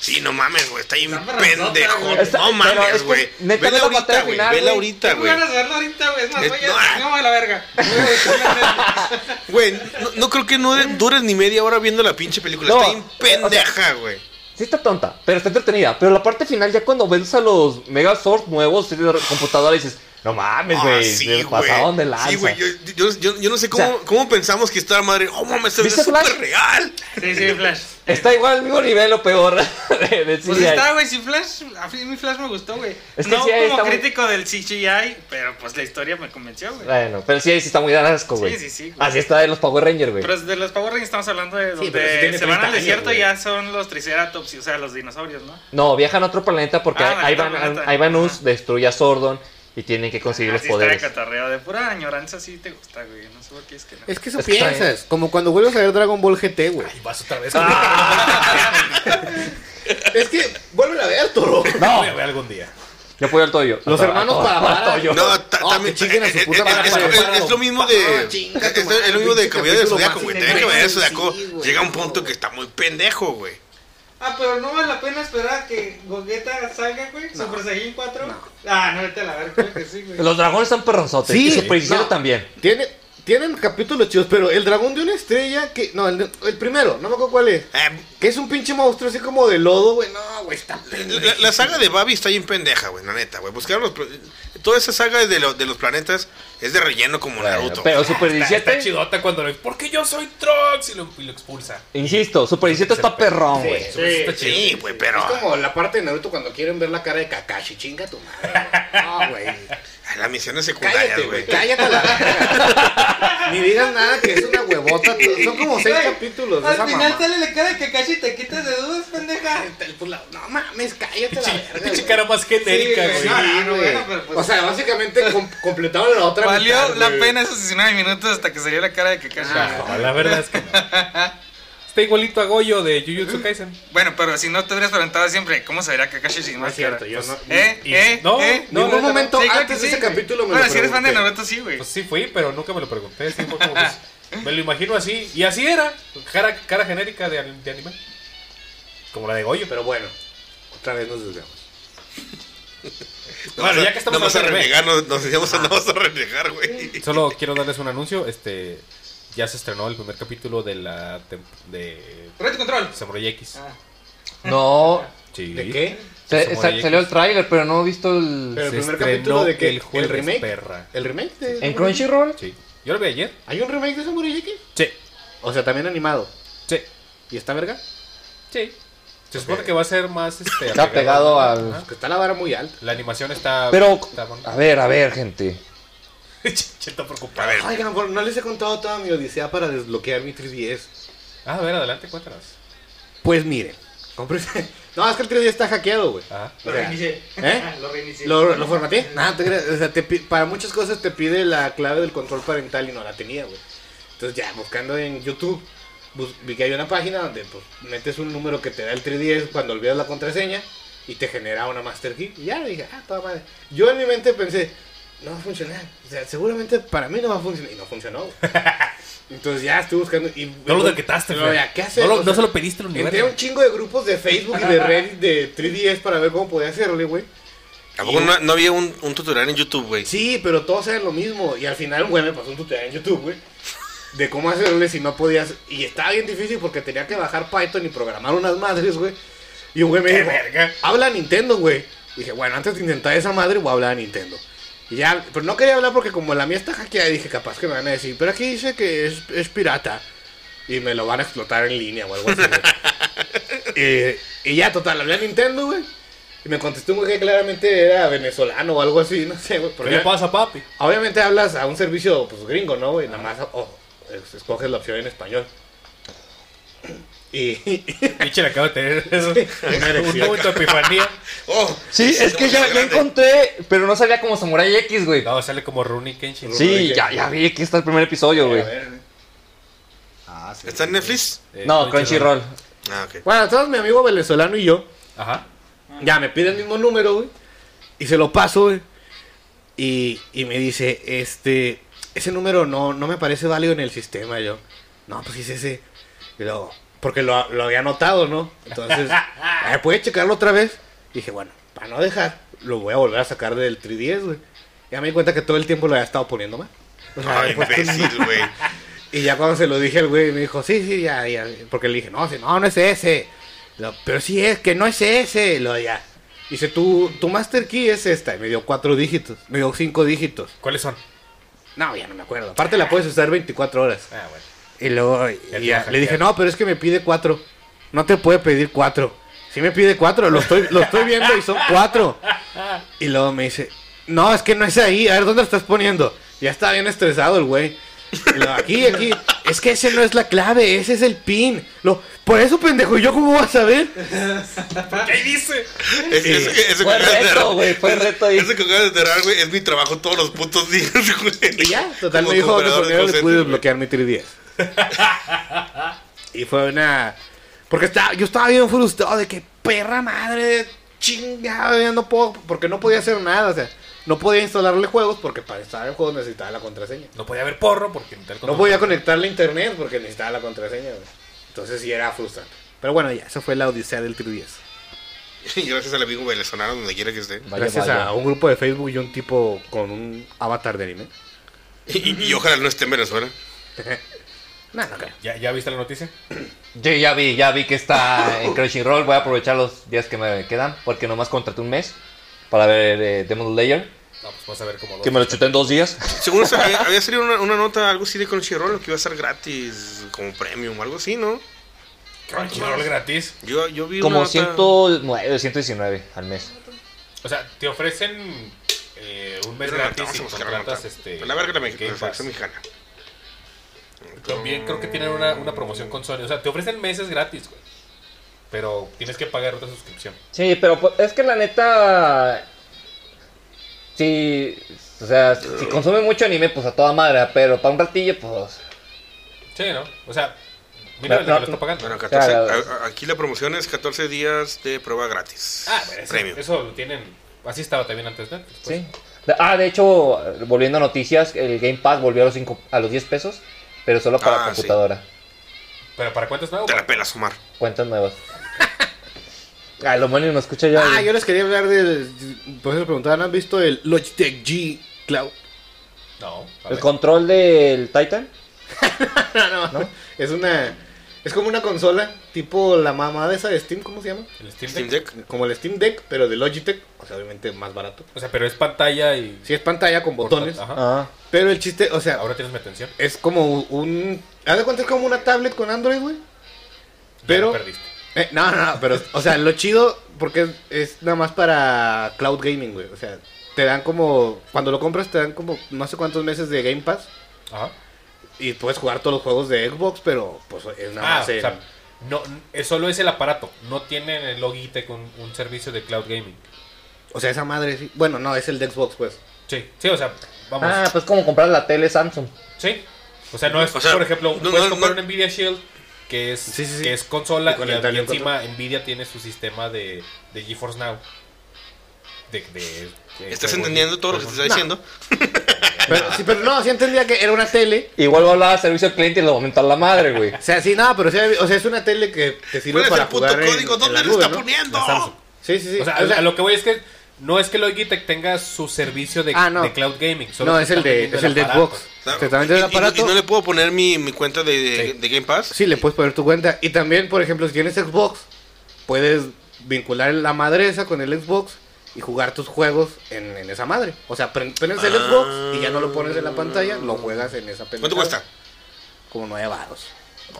Sí, no mames, güey, está ahí un
Está
pendejo.
perrotota,
Está-
no
pero es
mames,
que
güey.
neta
Vela
no la maté
ahorita,
al
güey.
final,
Vela
güey.
ahorita,
Tengo
güey.
ganas de verlo ahorita, güey. Es más,
Eh,
voy
no,
a.
ah.
No, voy a la verga. Voy a buscar una-
Güey, no, no creo que no de- dures ni media hora viendo la pinche película.
No,
está bien pendeja, güey.
Sí, Sí está tonta, pero está entretenida. Pero la parte final, ya cuando ves a los Megazords nuevos de computadora, dices, no mames,
Ah,
pues, güey,
sí,
se
güey.
pasaron de lanza.
Sí, güey. Yo, yo, yo, yo no sé cómo,
O sea,
cómo pensamos que está la madre. Oh, mames, esto es
¿viste Flash?
súper real.
Sí, sí, Flash.
Está igual al mismo nivel o peor de, de
Pues
CGI.
está, güey, si Flash, a mí mi Flash me gustó, güey.
Es que
no
sí, ahí
como
está muy-
crítico del CGI, pero pues la historia me convenció, güey.
Bueno, pero sí, sí está muy de asco, güey.
sí, sí, güey.
Así está de los Power Rangers, güey.
Pero de los Power Rangers estamos hablando de
Sí,
donde
pero sí tiene
se van
30
al
años,
desierto
güey.
y ya son los Triceratops, y, o sea, los dinosaurios, ¿no?
No, viajan a otro planeta porque
Ah,
ahí
viajan a
van,
otro planeta.
ahí van Us,
Ajá.
destruye a Sordon y tienen que conseguir los
Así está de
poderes.
catarreo, de pura añoranza sí te gusta, güey. No sé por qué es que no.
Es que eso
Es que está
piensas. Como cuando vuelves a ver Dragon Ball GT, güey.
Y vas otra vez.
Ah, Es que vuelve a ver, toro.
No. Voy a ver algún día.
Yo puedo ir al Toyo.
Los hermanos Parabara.
Toyo.
No, ta-
No,
también.
que chinguen a su
eh,
puta
eh,
madre,
es, es-
güey.
es lo mismo de.
Ah, chinga
es,
tu madre,
es lo mismo de
pinche
Caballero del
capítulo
Zodíaco,
más
güey.
inédito,
También Caballero del
güey,
Zodíaco
sí, güey,
llega a un
no,
punto
güey.
que está muy pendejo, güey.
Ah, pero no vale la pena esperar a que Gogeta salga, güey. Super Saiyan 4. Ah, no, vete a la verga, creo que sí, güey.
Los dragones están perronzotes.
Sí,
y Super Hechicero
no.
también.
Tiene, tienen capítulos chidos, pero el dragón de una estrella que. No, el, de- el primero, no me acuerdo cuál es.
Eh,
Que es un pinche monstruo así como de lodo, güey. No, güey, está
la- la, la saga de Babi está bien pendeja, güey, la neta, güey. Buscaron los. pla- Toda esa saga de, lo- de los planetas es de relleno como Naruto.
Pero Super
Está,
17,
está chidota cuando lo. Porque yo soy Trunks y lo, y lo expulsa.
insisto, Super 17 está perrón, güey.
Eso está chido.
sí, güey, pero.
Es como la parte de Naruto cuando quieren ver la cara de Kakashi, chinga tu madre. güey. No, güey.
ay, Las misiones
Cállate,
secundarias,
güey.
güey.
Cállate a la verga. Ni digas nada que es una huevota. Son como seis
Güey,
capítulos de esa mamá. pues,
sale la cara de Kakashi y te quitas de dudas, pendeja.
No mames, cállate a la verga.
Pinche
güey.
cara más genérica,
Sí, güey,
güey.
no,
Sí, güey.
bueno, pero pues-
o sea, básicamente com- completaron la otra
Valió
mitad,
la
güey.
pena esos 19 minutos hasta que salió la cara de Kakashi.
No, la verdad es que no. Está igualito a Goyo de Jujutsu Kaisen.
Bueno, pero si no te hubieras preguntado siempre, ¿cómo se verá Kakashi sin
No es
más cara?
cierto, yo no.
¿Eh?
Y-
¿Eh?
no,
¿Eh?
no,
Ningún
no,
momento
Sí, claro
antes
que
de
sí,
ese
güey.
capítulo me
Bueno,
lo
si eres fan de
pregunté.
Naruto, sí, güey.
Pues sí fui, pero nunca me lo pregunté. sí fue como, pues, me lo imagino así. Y así era. Cara, cara genérica de, an- de anime. Como la de Goyo. Pero
Pero bueno, otra vez nos desviamos.
Bueno, ya que estamos Ah. Vamos a
hablando de
renegar, nos, nos decíamos andamos a renegar, güey.
solo quiero darles un anuncio. Este, ya se estrenó el primer capítulo de la tem- de
Reto control.
Samurai X.
Ah.
No,
Sí.
¿De qué?
se-
Samurai
sa-
X.
salió el tráiler, pero no he visto
Pero
el...
el
Se
primer
estrenó
capítulo de que
el jueves,
remake.
perra.
El remake de
¿En Crunchyroll?
Sí. Yo lo vi ayer.
¿Hay un remake de Samurai X?
Sí.
O sea, también animado.
Sí.
¿Y está verga?
Sí. Se supone que va a ser más este.
Está
apegado
pegado
a-
al-
Ajá.
Que pues, está la vara muy alta.
La animación está.
Pero,
está bonita.
a ver, a ver, gente.
Cheto
A
preocupado.
ver,
Oigan, por- no les he contado toda mi odisea para desbloquear mi 3DS.
Ah, a ver, adelante, cuéntanos.
Pues miren, cómprense. No, es que el 3DS está hackeado, güey.
Ah.
O sea, ¿Eh?
Ah, Lo reinicié.
Lo, lo formateé. Nada, te creas. O sea, te pi- para muchas cosas te pide la clave del control parental y no la tenía, güey. Entonces ya, buscando en YouTube, bus- vi que hay una página donde pues, metes un número que te da el 310 cuando olvidas la contraseña y te genera una Master Key. Y ya dije, ah, toda madre. Yo en mi mente pensé, no va a funcionar. O sea, seguramente para mí no va a funcionar. Y no funcionó, güey. Entonces ya estoy buscando. Y,
No lo dequetaste,
Pero
Fer.
ya, ¿qué hacer?
No, lo-
O sea,
no se lo pediste al
Entré a un
universo.
chingo de grupos de Facebook y de Reddit de 3DS para ver cómo podía hacerle, güey.
¿a poco no, no había un, un tutorial en YouTube, güey?
Sí, pero todos eran lo mismo. Y al final, güey, me pasó un tutorial en YouTube, güey. De cómo hacerle si no podías. Y estaba bien difícil porque tenía que bajar Python y programar unas madres, güey. Y un güey me dijo, habla a Nintendo, güey. Y dije, bueno, antes de intentar esa madre, voy a hablar a Nintendo. Y ya, pero no quería hablar porque como la mía está hackeada, dije, capaz que me van a decir, pero aquí dice que es, es pirata. Y me lo van a explotar en línea o algo así, güey. Eh, y ya, total, hablé a Nintendo, güey. Y me contestó un güey que claramente era venezolano o algo así, no sé, güey.
¿Qué
porque-
le pasa, papi?
Obviamente hablas a un servicio pues gringo, ¿no? güey? nada más ojo, es- escoges la opción en español. Y
Michel acaba de tener eso. un momento de epifanía.
Oh,
Sí, es que ya, ya
grande.
encontré, pero no sabía como Samurai X, güey.
No, sale como Rooney Kenshin.
Sí, ya, ya vi que está el primer episodio, güey.
Ah, sí.
¿Está en Netflix?
Eh,
No, Crunchyroll.
Ah, ok.
bueno, todos mi amigo venezolano y yo,
Ajá.
ya me pide el mismo número, güey. Y se lo paso, güey. Y, y me dice, este, ese número no, no me parece válido en el sistema. Y yo, no, pues sí es ese. Y luego, porque lo, lo había anotado, ¿no? Entonces, "Ah, ¿puedes checarlo otra vez? Y dije, bueno, para no dejar, lo voy a volver a sacar del 310, güey. Ya me di cuenta que todo el tiempo lo había estado poniendo mal. O sea,
Ay,
había puesto un
Ah, imbécil, güey.
y ya cuando se lo dije al güey, me dijo, sí, sí, ya, ya. Porque le dije, no, sí, no, no es ese. No, pero sí es, que no es ese. Lo ya. Dice, tu, tu Master Key es esta. Y me dio cuatro dígitos. Me dio cinco dígitos.
¿Cuáles son?
No, ya no me acuerdo. Aparte la puedes usar 24 horas.
Ah, bueno.
Y luego y
El
ya,
no
le dije,
hackear.
no, pero es que me pide cuatro. No te puede pedir cuatro. Si me pide cuatro, lo estoy, lo estoy viendo y son cuatro. Y luego me dice, no, es que no es ahí. A ver, ¿dónde lo estás poniendo? Ya está bien estresado el güey. Y luego, aquí, aquí. Es que ese no es la clave, ese es el pin. Lo, por eso, pendejo, ¿y yo cómo vas a saber?
¿Qué dice?
Es- es- es- Eso que
Fue
acabas de
reto,
enterar-
güey, fue reto ahí.
Eso que acabas de enterar, güey, es mi trabajo todos los putos días, güey.
Y ya, total,
Como
me dijo que
operador de
primero
call
le pude
center, güey.
desbloquear mi 3DS. y fue una. Porque estaba, yo estaba bien frustrado de que perra madre, chingada, ya no puedo. Porque no podía hacer nada, o sea, no podía instalarle juegos porque para instalar el juego necesitaba la contraseña.
No podía haber porro porque no
No podía conectarle a internet porque necesitaba la contraseña, güey. Entonces sí era frustrante. Pero bueno, ya, esa fue la odisea del 3DS.
Y gracias al amigo venezolano, donde quiera que esté.
Vaya,
Gracias
vaya.
a un grupo de Facebook y un tipo con un avatar de anime.
Y, y- y ojalá no esté en Venezuela.
No, no creo.
¿Ya, ¿Ya viste la noticia?
Yo ya vi, ya vi que está en Crunchyroll. Voy a aprovechar los días que me quedan porque nomás contraté un mes para ver eh, Demon Layer.
No, pues vamos a ver cómo.
Que me lo chuté en dos días.
Según eso, había, había salido una, una nota, algo así de Crunchyroll, que iba a ser gratis, como premium o algo así, ¿no?
Crunchyroll gratis.
Yo, yo vi
Como
una nota-
109, 119 al mes.
O sea, te ofrecen eh, un mes
Pero no,
gratis
vamos
y
a buscar la
contratas
nota. Pues
este.
La verga la, me-
Game
la selección
Pass.
mexicana.
También creo que tienen una, una promoción con Sony. O sea, te ofrecen meses gratis, güey. Pero tienes que pagar otra suscripción.
Sí, pero pues, es que la neta. Sí. O sea, si consume mucho anime, pues a toda madre. Pero para un ratillo, pues.
Sí, ¿no? O sea, mira
No,
lo que
no,
lo está pagando.
Bueno, 14
Claro.
a- a- aquí la promoción es 14 días de prueba gratis.
ah, bueno, eso,
premium.
eso lo tienen. Así estaba también antes, ¿no? Pues,
Sí. De- Ah, de hecho, volviendo a noticias, el Game Pass volvió a los, cinco, a los 10 pesos, pero solo para
Ah, sí.
computadora.
Pero para cuántos nuevos?
Te la pelas, Omar.
Cuentas nuevas. ah, lo bueno y no escucha ya.
Ah, yo les quería hablar del. Por eso les preguntaban, ¿han visto el Logitech G Cloud?
No. a
El
ver.
control del Titan.
no, no, Es una. Es como una consola, tipo la mamada esa de Steam, ¿cómo se llama?
El Steam
Steam
Deck.
Deck.
Como el Steam Deck, pero de Logitech. O sea, obviamente más barato.
O sea, pero es pantalla y.
Sí, es pantalla con botones.
Ajá.
Ah,
Pero el chiste, o sea,
Ahora tienes mi atención.
es como un. Haz de cuenta, es como una tablet con Android, güey.
Ya
Pero.
me perdiste.
Eh, no, no, no, pero, o sea, lo chido, porque es, es nada más para cloud gaming, güey. O sea, te dan como, cuando lo compras, te dan como no sé cuántos meses de Game Pass.
Ajá.
Y puedes jugar todos los juegos de Xbox, pero pues es nada
Ah,
más.
o
en-
sea, no, es solo es el aparato. No tienen el Logitech con un servicio de cloud gaming.
o sea, esa madre. sí. Bueno, no, es el de Xbox, pues.
Sí, sí, o sea, vamos.
ah, pues como comprar la tele Samsung.
Sí. O sea, no es,
O sea,
por ejemplo,
no,
puedes
no,
comprar
no.
un Nvidia Shield que es,
Sí, sí, sí.
Que es consola
Y
y,
conectarle un
encima Nvidia tiene su sistema de, de GeForce Now. De, de- de-
¿Estás
de-
entendiendo todo lo que te
Ah,
está diciendo?
Pero, sí, pero no, sí entendía que era una tele.
Igual va a hablar al servicio al cliente y lo va a aumentar la madre, güey.
O sea, sí, nada, pero sí, o sea, es una tele que te sirve
¿Cuál es
para
el puto
jugar en-
código?
en
¿Dónde
la
lo
nube,
está
¿no?
La Samsung.
poniendo?
Sí, sí, sí.
O sea, a- a lo que voy es que no es que Logitech tenga su servicio de,
Ah, no.
de cloud gaming. solo
no,
que
es el
están
de,
vendiendo
es el de
aparato.
Xbox.
O sea,
Te también
y-
el
y-
aparato.
Y, no le puedo poner mi, mi cuenta de, de-
Sí.
de Game Pass?
Sí, le puedes poner tu cuenta. Y también, por ejemplo, si tienes Xbox, puedes vincular la madre esa con el Xbox y jugar tus juegos en, en esa madre. O sea, pre- prendes el
Ah.
Xbox y ya no lo pones en la pantalla, lo juegas en esa
¿Cuánto
pendejada.
cuesta?
Como nueve varos.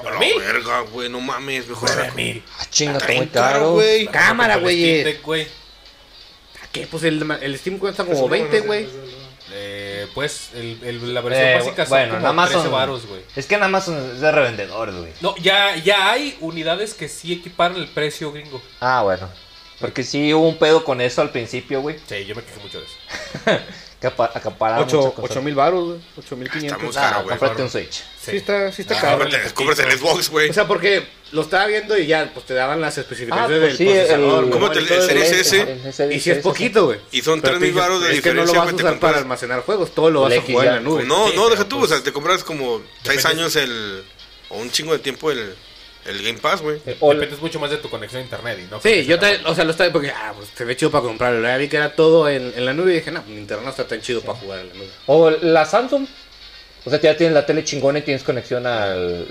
A la
mil?
verga, güey, no mames, mejor.
Joder, mil.
Ah, chinga,
Está
está muy
bien caro,
caro.
güey.
Cámara,
Por el
güey.
Steam Deck, güey.
¿A qué? Pues el, ma- el Steam cuesta como 20, güey.
Eh, pues el, el- la versión
Eh,
básica son
bueno,
como
en Amazon.
13 varos, güey.
Es que en Amazon es de revendedores, güey.
No, ya, ya hay unidades que sí equiparan el precio gringo.
Ah, bueno. Porque sí hubo un pedo con eso al principio, güey.
Sí, yo me quejé mucho de eso.
Que apa- acaparaba mucho
Ocho-
cosa.
ocho mil varos, güey. 8500.
Estamos-
Nah,
Ah,
caro, güey,
cómprate
caro.
un Switch.
Sí, está, sí está
Ah,
caro.
vale.
Cómprate, cómprate el Xbox, güey.
O sea, porque lo estaba viendo y ya, pues te daban las
Ah,
especificaciones
pues
del
sí,
procesador.
el,
¿Cómo
¿no?
te-
Y todo
el
eso.
Series S?
Y si es poquito, güey.
Y son
Pero
3,000
te dicen,
varos de
Es que no lo
diferencia,
vas a
güey, te
usar para
compras-
almacenar juegos, todo lo vas a
Lex y
jugar en
ya.
la nube.
No,
Sí,
no,
pero
deja tú,
pues-
o sea, te compras como 6
Depende-
años el. o un chingo de tiempo el, el Game Pass, güey.
Eh, O-
Dependes mucho más de tu conexión a internet y no.
Sí, yo te, o sea, lo estaba porque, ah, pues se ve chido para comprarlo. Ya vi que era todo en, en la nube y dije, no, mi internet no está tan chido para jugar en la nube.
O la Samsung. O sea, ya tienes la tele chingona y tienes conexión al,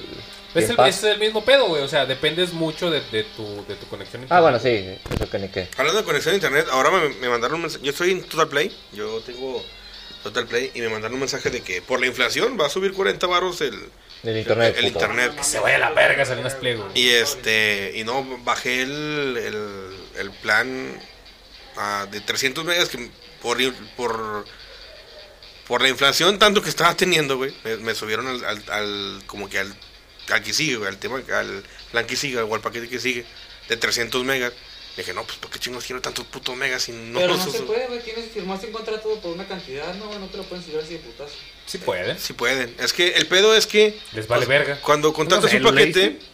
Game
Es el,
Pass.
es el mismo pedo, güey. O sea, dependes mucho de, de tu, de tu conexión. a
Ah, bueno,
internet.
sí, eso que ni qué.
Hablando de conexión a internet, ahora me, me mandaron un mensaje. Yo estoy en Total Play, yo tengo Total Play y me mandaron un mensaje de que por la inflación va a subir 40 baros el,
El internet.
el
puto.
internet.
Que se vaya a la verga, Salinas Pliego. güey.
Y este, y no, bajé el, el, el plan ah, de 300 megas que por, por, por la inflación tanto que estaba teniendo, güey, me, me subieron al, al, al- como que al, al que sigue, güey, al tema, al plan que sigue, o al paquete que sigue, de 300 megas. Dije, no, pues, ¿por qué chingos quiero tantos putos megas si no
Pero
los
no se
uso?
puede, güey. Tienes firmaste un contrato por una cantidad, no, no te lo pueden subir así de putazo.
Sí pueden. Pues,
Si pueden. Es que el pedo es que pues,
Les vale verga.
cuando contratas
sé,
un
¿lo
paquete
leíste?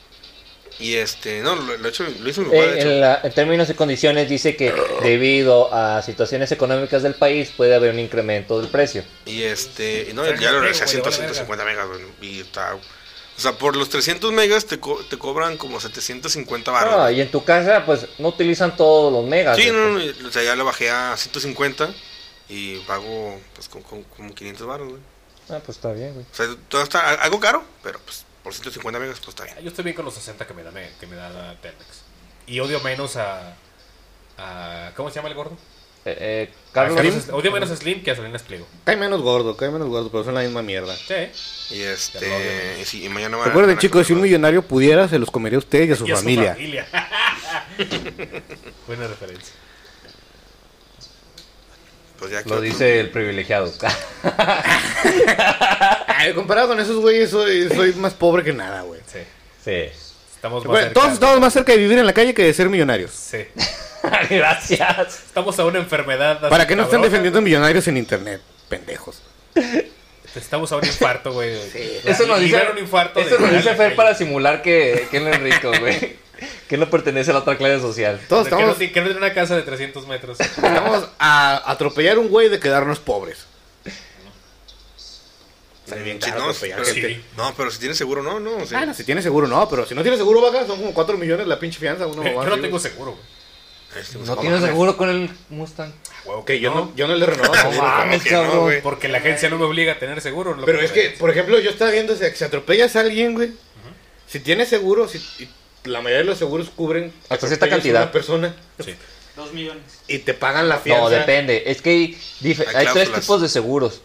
y este, no, lo, lo, hecho, lo hizo mi papá, de
Eh,
hecho.
en, la- en términos y condiciones dice que debido a situaciones económicas del país puede haber un incremento del precio.
Y este, y no,
Pero
ya lo
no
regresé a
tengo,
100,
güey, vale
150 megas, güey, Y está. O sea, por los 300 megas te, co- te cobran como 750 baros.
Ah, y en tu casa, pues no utilizan todos los megas.
sí,
güey,
no,
pues.
no, y- o sea, ya lo bajé a 150 y pago pues con, con- como 500 baros, güey.
Ah, pues está bien, güey.
O sea, todo está a- algo caro, pero pues por 150 megas, pues está bien.
ah, Yo estoy bien con los 60 que me da, me- que me da la Telmex. Y odio menos a, a- ¿Cómo se llama el gordo?
Eh, eh,
A
Carlos,
Slim. Odio menos a Slim que a Salinas Pliego.
Cae menos gordo, cae menos gordo, pero son la misma mierda.
Sí.
Y
Ya lo odio,
este,
¿no?
y, sí, y mañana van a- van
Recuerden,
a
chicos, si un
comprar-
millonario pudiera, se los comería a usted y a su
Y a su
familia.
familia. Buena referencia.
Pues ya
lo
que-
dice el privilegiado.
Ay, comparado con esos güeyes, soy, soy más pobre que nada, güey.
Sí.
sí.
Estamos más
Bueno,
cerca.
todos estamos más cerca de vivir en la calle que de ser millonarios.
Sí.
Gracias.
Estamos a una enfermedad. así
¿Para qué no están
cabrona.
defendiendo millonarios en internet? Pendejos.
Estamos a un infarto, güey.
Eso nos dice,
Libera un infarto.
eso
de-
nos dice Fer
de-
para simular que, que él no es rico, güey. que no pertenece a la otra clase social.
Todos
de que no
estamos,
tiene- que no tiene una casa de 300 metros.
estamos a atropellar un güey de quedarnos pobres. Sale bien
Sí,
caro
no,
atropellar
pero,
gente.
sí.
no, pero si tienes seguro, no, no. sí.
Ah, no, si tienes seguro no, pero si no tienes seguro, vaca, son como 4 millones la pinche fianza. Uno
Yo no tengo seguro, güey.
Este, pues,
No
¿cómo
tienes
mames?
seguro con el Mustang.
Ah, Ok, yo no, yo no le renuevo.
No
seguro.
mames,
que no,
cabrón.
güey.
Porque la agencia no me obliga a tener seguro. lo
Pero es que,
me-
por ejemplo, yo estaba viendo, o sea, que si atropellas a alguien, güey, si tienes seguro, si, y la mayoría de los seguros cubren
Hasta cierta
atropellas a
cantidad.
una persona
Sí.
Dos millones.
y te pagan la fianza.
No, depende. Es que hay, dif-
Hay
hay tres
cláusulas.
tipos de seguros.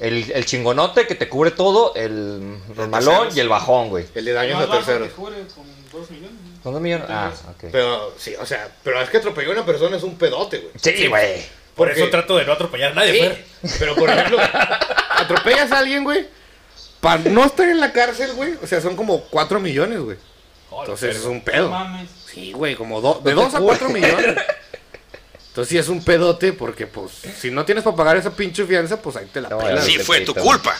El, el chingonote que te cubre todo, el normalón
terceros.
y el bajón, güey.
El de daños
Más
a
bajo
terceros.
que jure con dos millones. ¿no?
¿Cuántos millones? Ah, ok.
Pero, sí, o sea, pero es que atropelló a una persona es un pedote, güey.
Sí, güey.
Por
Porque-
eso trato de no atropellar a nadie,
Sí,
Fer.
pero por ejemplo, atropellas a alguien, güey, para no estar en la cárcel, güey, o sea, son como 4 millones, güey.
Joder,
Entonces es
Fer.
un
No
pedo.
mames.
Sí, güey, como do- de 2 a 4 millones. Entonces sí es un pedote porque, pues, si no tienes para pagar esa pinche fianza, pues ahí te la
No,
pelas.
Sí,
Te
fue tu
pito.
culpa.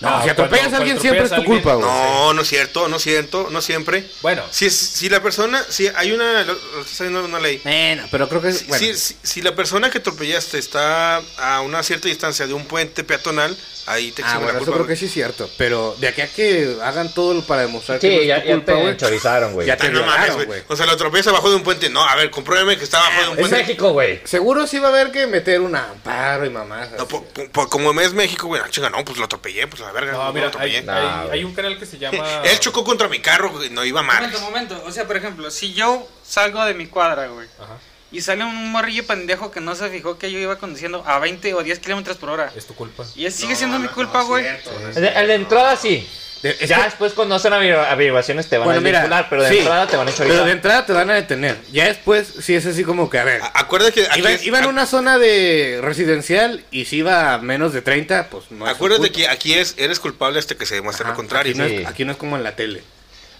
No,
No,
si atropellas
cuando-
a alguien
cuando
siempre es tu
atropellas a
culpa,
alguien-
güey.
No, no es cierto, no es cierto, no siempre.
Bueno,
Si, es- si la persona, si hay una, lo- lo está saliendo una ley.
Bueno, pero creo que es...
Si,
Eh, bueno, Ah,
si- si- si la persona que atropellaste está a una cierta distancia de un puente peatonal, ahí te
Ah,
eximen
bueno,
la
eso
culpa.
creo que sí es cierto. Pero de aquí a que hagan todo para demostrar que no
Sí,
es
ya,
tu
ya
culpa,
te
güey.
enchorizaron, güey.
Ya te
Ah, no mames,
violaron,
güey.
güey. Ah,
O sea, lo atropellas abajo de un puente. No, a ver, compruébeme que está abajo de un
Es
puente.
México, güey.
Seguro sí va a haber que meter un amparo y mamás.
No,
así.
po- po- po- como es México, güey, ah, chinga, no, pues lo atropellé, pues la verga, no,
no,
lo
mira, hay,
atropellé.
No,
hay-
güey.
hay un canal que se llama.
Él chocó contra mi carro, güey, no iba mal.
Momento, momento. O sea, por ejemplo, si yo salgo de mi cuadra, güey,
Ajá,
y sale un morrillo pendejo que no se fijó que yo iba conduciendo a 20 o 10 kilómetros por hora.
es tu culpa.
Y es- sigue siendo mi culpa, güey.
De- De, la entrada sí.
De- es
ya
que-
después cuando hacen averigua- averiguaciones te van
bueno,
a
mira,
vincular, pero de
sí,
entrada te van a
Pero de
enchorizar.
entrada te van a detener. Ya después sí es así como que, a ver.
A- Acuérdate que Ah, aquí
Iba,
es-
iba en
a-
una zona de residencial y si iba a menos de 30, pues no. es su
acuérdate
culpa.
que aquí es, eres culpable hasta que se demuestre
Ajá,
lo contrario.
Aquí no,
Sí.
es, aquí no es como en la tele.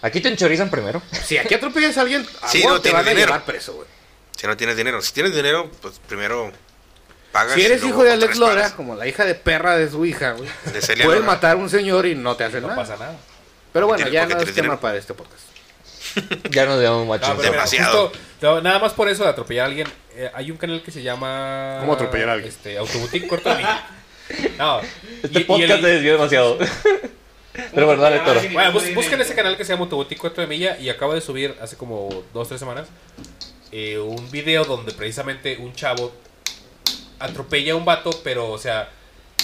Aquí te enchorizan primero.
Si aquí atropellas a alguien, a
Sí,
huevo
no
te
tiene
van a
dinero.
llevar preso, güey.
Si no tienes dinero. Si tienes dinero, pues primero pagas.
Si
y
eres
luego
hijo de
con
Alex
tres
Lora,
pagas.
como la hija de perra de su hija, güey,
De Celia
puedes
Lora.
matar a un señor y no te hacen
No
nada.
pasa nada.
Pero bueno,
Tiene-
ya
porque
no es
tiene dinero.
tema para este podcast.
Ya nos llevamos Este
No, pero
machín.
mira,
Demasiado.
justo, no, nada más por eso de atropellar a alguien. eh, hay un canal que se llama.
¿Cómo atropellar a alguien?
Este, Autobutín Corta de Vida. No.
este
y- y
podcast
el-
se desvió demasiado. pero bueno, dale toro.
Bueno, bus- busquen ese canal que se llama Autobotic 4 de Milla y acaba de subir hace como 2-3 semanas eh, un video donde precisamente un chavo atropella a un vato, pero o sea,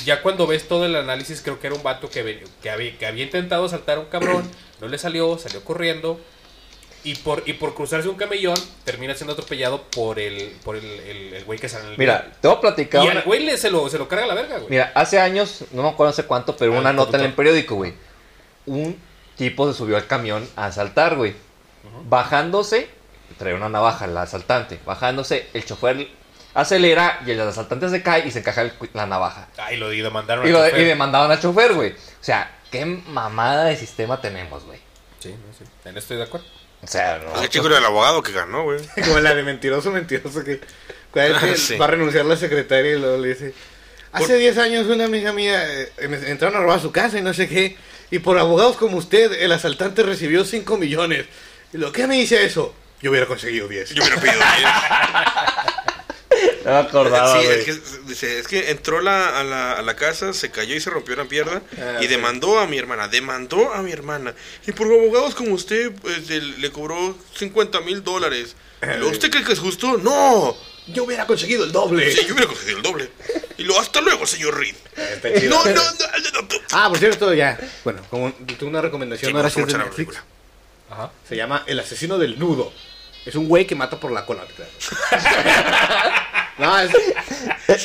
ya cuando ves todo el análisis, creo que era un vato que, ven- que, había, que había intentado saltar a un cabrón, no le salió, salió corriendo. Y por, y por cruzarse un camellón, termina siendo atropellado por el por el, el, el güey que sale en el
Mira, te voy a platicar.
video. Y
una-
al güey le, se, lo, se lo carga la verga, güey.
Mira, hace años, no me acuerdo hace cuánto, pero
Ah,
una
el
nota en el
conductor.
periódico, güey. Un tipo se subió al camión a asaltar, güey. Bajándose, trae una navaja el asaltante. Bajándose, el chofer acelera y el asaltante se cae y se encaja el cu- la navaja.
Ay, lo, y lo mandaron
Y,
al
lo-
chofer.
y demandaban al chofer, güey. O sea, qué mamada de sistema tenemos, güey.
Sí, no, sí, en eso estoy de acuerdo.
O sea, no.
Pues el chico era el abogado que ganó, güey.
Como la de mentiroso, mentiroso que cada vez que
Ah, Sí.
va a renunciar la secretaria y luego le dice, hace 10 años una amiga mía eh, en- entraron a robar su casa y no sé qué, y por abogados como usted el asaltante recibió 5 millones. Y lo que me dice eso, yo hubiera conseguido 10.
Yo hubiera pedido diez.
No me acordaba,
Sí,
güey.
es que, dice, es que entró la- a, la, a la casa, se cayó y se rompió una pierna
Ah,
y
sí.
demandó a mi hermana, demandó a mi hermana. Y por abogados como usted pues, le, le cobró 50 mil dólares. Y luego, ¿Usted cree que es justo? No.
Yo hubiera conseguido el doble.
Sí, yo hubiera conseguido el doble. Y lo hasta luego, señor Reed.
Está chido.
No, no, no, no, no, no.
Ah, por cierto, ya. Bueno, como tengo una recomendación
Sí,
ahora
me
sí es
gustó
de
mucho la
Netflix.
película.
Ajá.
Se llama El asesino del nudo. Es un güey que mata por la cola. claro. no, es,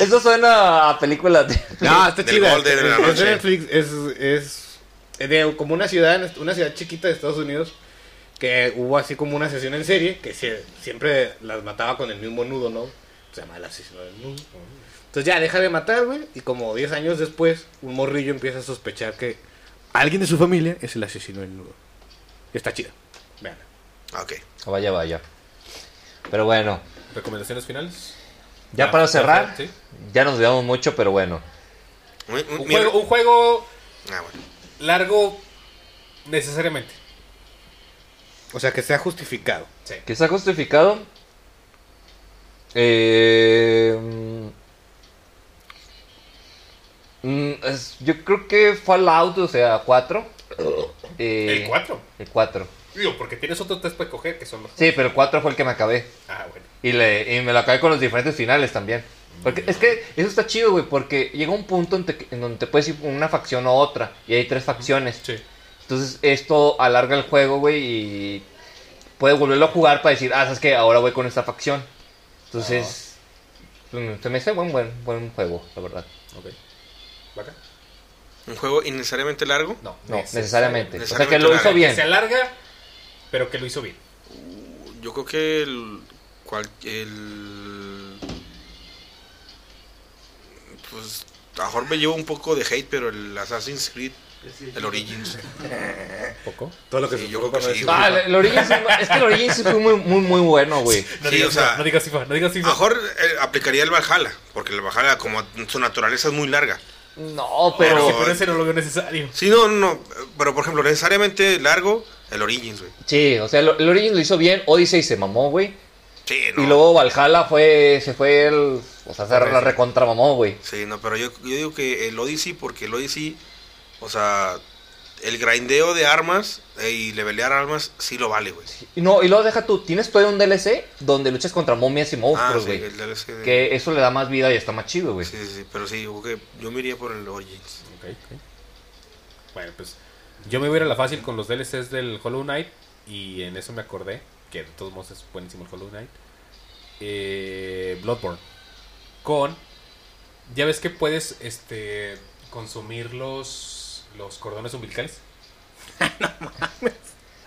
Eso suena a película de...
no, está
Del
chida.
gol de
Es-
la
es
noche.
de Netflix es, es de como una ciudad, en- una ciudad chiquita de Estados Unidos que hubo así como una asesino en serie que sie- siempre las mataba con el mismo nudo, ¿no? Se llama el asesino del nudo. Entonces ya deja de matar, güey, y como 10 años después un morrillo empieza a sospechar que alguien de su familia es el asesino del nudo. Y está chida. Vean.
Ah, Ok.
Vaya, vaya. Pero bueno,
¿Recomendaciones finales?
ya
Ya,
para
ya,
cerrar,
sí.
ya nos veamos mucho, pero bueno.
Muy- muy-
Un
mira-
juego, un juego
Ah, bueno.
largo necesariamente.
O sea, que sea justificado.
que está justificado. Eh, mm, mm, es- yo creo que Fallout, o sea, 4. eh,
El 4.
El 4.
Digo, porque tienes otro test para coger que son los...
Sí, pero el 4 fue el que me acabé.
Ah, bueno.
Y, le, y me lo acabé con los diferentes finales también. Porque es que eso está chido, güey, porque llega un punto en, te- en donde te puedes ir con una facción o otra. Y hay tres facciones.
Sí.
Entonces esto alarga el juego, güey, y puedes volverlo a jugar para decir, ah, sabes que ahora voy con esta facción. Entonces, mm, se me hace buen, buen, buen juego, la verdad.
Ok. ¿Vaca?
Un juego innecesariamente largo.
No,
No, necesariamente. O sea, que
Necesariamente
lo
lo
hizo
haga.
bien.
Se alarga, pero que lo hizo bien.
Yo creo que el. Cual, el pues a lo mejor me llevo un poco de hate, pero el Assassin's Creed, el Origins.
¿Poco?
Todo lo que
Sí,
se
yo
ocurra
creo que
para
sí,
decir.
güey.
Ah, el- el Origins, es que el Origins sí fue muy, muy, muy bueno, güey.
No
Sí,
digas,
o sea-
no digas FIFA, no digas
A
FIFA.
lo mejor eh, aplicaría el Valhalla, porque el Valhalla, como su naturaleza es muy larga.
No,
pero,
pero-
sí, pero ese no lo veo necesario.
Sí, no, no, no, pero por ejemplo, necesariamente largo, el Origins, güey.
Sí, o sea, el, el Origins lo hizo bien, Odyssey se mamó, güey.
Sí, no.
Y luego Valhalla fue, se fue el, o sea, se la recontra mamó, güey.
Sí, no, pero yo, yo digo que el Odyssey, porque el Odyssey, o sea, el grindeo de armas eh, y levelear armas sí lo vale, güey.
Y no, y luego deja tú, tienes todavía un DLC donde luchas contra momias y
ah,
monstruos,
sí,
pues, güey.
el DLC de-
Que eso le da más vida y está más chido, güey.
Sí, sí, sí, pero sí, yo, creo que yo me iría por el Origins.
Bueno, pues yo me voy a ir a la fácil con los DLCs del Hollow Knight y en eso me acordé, que de todos modos es buenísimo el Hollow Knight. Eh, Bloodborne. Con... Ya ves que puedes este, consumir los, los cordones umbilicales.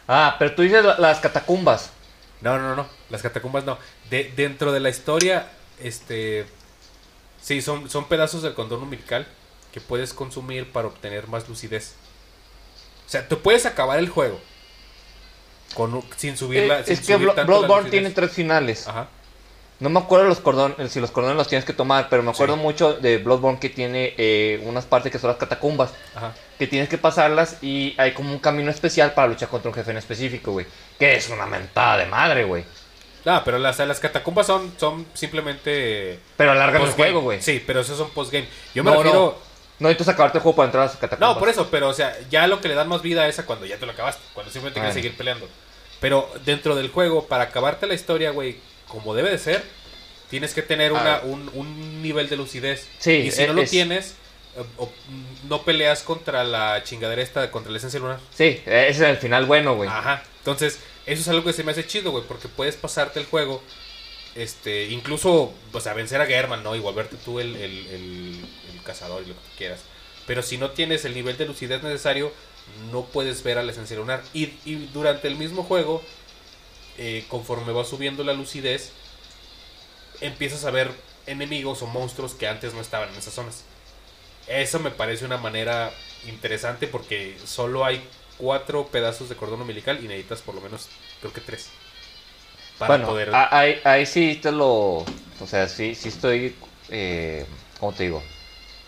Ah, pero tú dices la- las catacumbas.
No, no, no, no. Las catacumbas no. De, dentro de la historia, este. Sí, son, son pedazos del condón umbilical que puedes consumir para obtener más lucidez. O sea, tú puedes acabar el juego con, un- sin subir la.
Eh,
sin
es que
subir
Blo-
tanto la Ah.
Bloodborne
lucidez.
tiene tres finales.
Ajá.
No me acuerdo los cordones, si los cordones los tienes que tomar, pero me acuerdo
Sí.
mucho de Bloodborne que tiene eh, unas partes que son las catacumbas,
Ajá.
que tienes que pasarlas y hay como un camino especial para luchar contra un jefe en específico, güey. Que es una mentada de madre, güey.
Ah, pero las, las catacumbas son, son simplemente.
Pero alargan el
postgame.
juego, güey.
Pues Sí, pero esos son postgame. Yo me
No,
refiero.
No necesitas acabarte el juego para entrar a las catacumbas.
No, por eso, pero o sea, ya lo que le dan más vida es a cuando ya te lo acabaste, cuando simplemente quieres
Bueno.
seguir peleando. Pero dentro del juego, para acabarte la historia, güey, como debe de ser, tienes que tener una,
Ah.
un, un nivel de lucidez.
Sí,
y si no lo
es-
tienes, eh, o- no peleas contra la chingadera esta, contra la esencia lunar.
Sí, ese es el final bueno, güey.
Ajá. Entonces, eso es algo que se me hace chido, güey, porque puedes pasarte el juego, este, incluso, o sea, vencer a German, ¿no? Y volverte tú el, el- el- el cazador y lo que tú quieras. Pero si no tienes el nivel de lucidez necesario, no puedes ver a la esencia lunar. Y, y durante el mismo juego, eh, conforme va subiendo la lucidez, empiezas a ver enemigos o monstruos que antes no estaban en esas zonas. Eso me parece una manera interesante porque solo hay cuatro pedazos de cordón umbilical y necesitas por lo menos, creo que tres. Para
bueno, ah,
poder...
a- ahí, ahí sí te lo. O sea, sí, sí estoy. Eh, ¿Cómo te digo?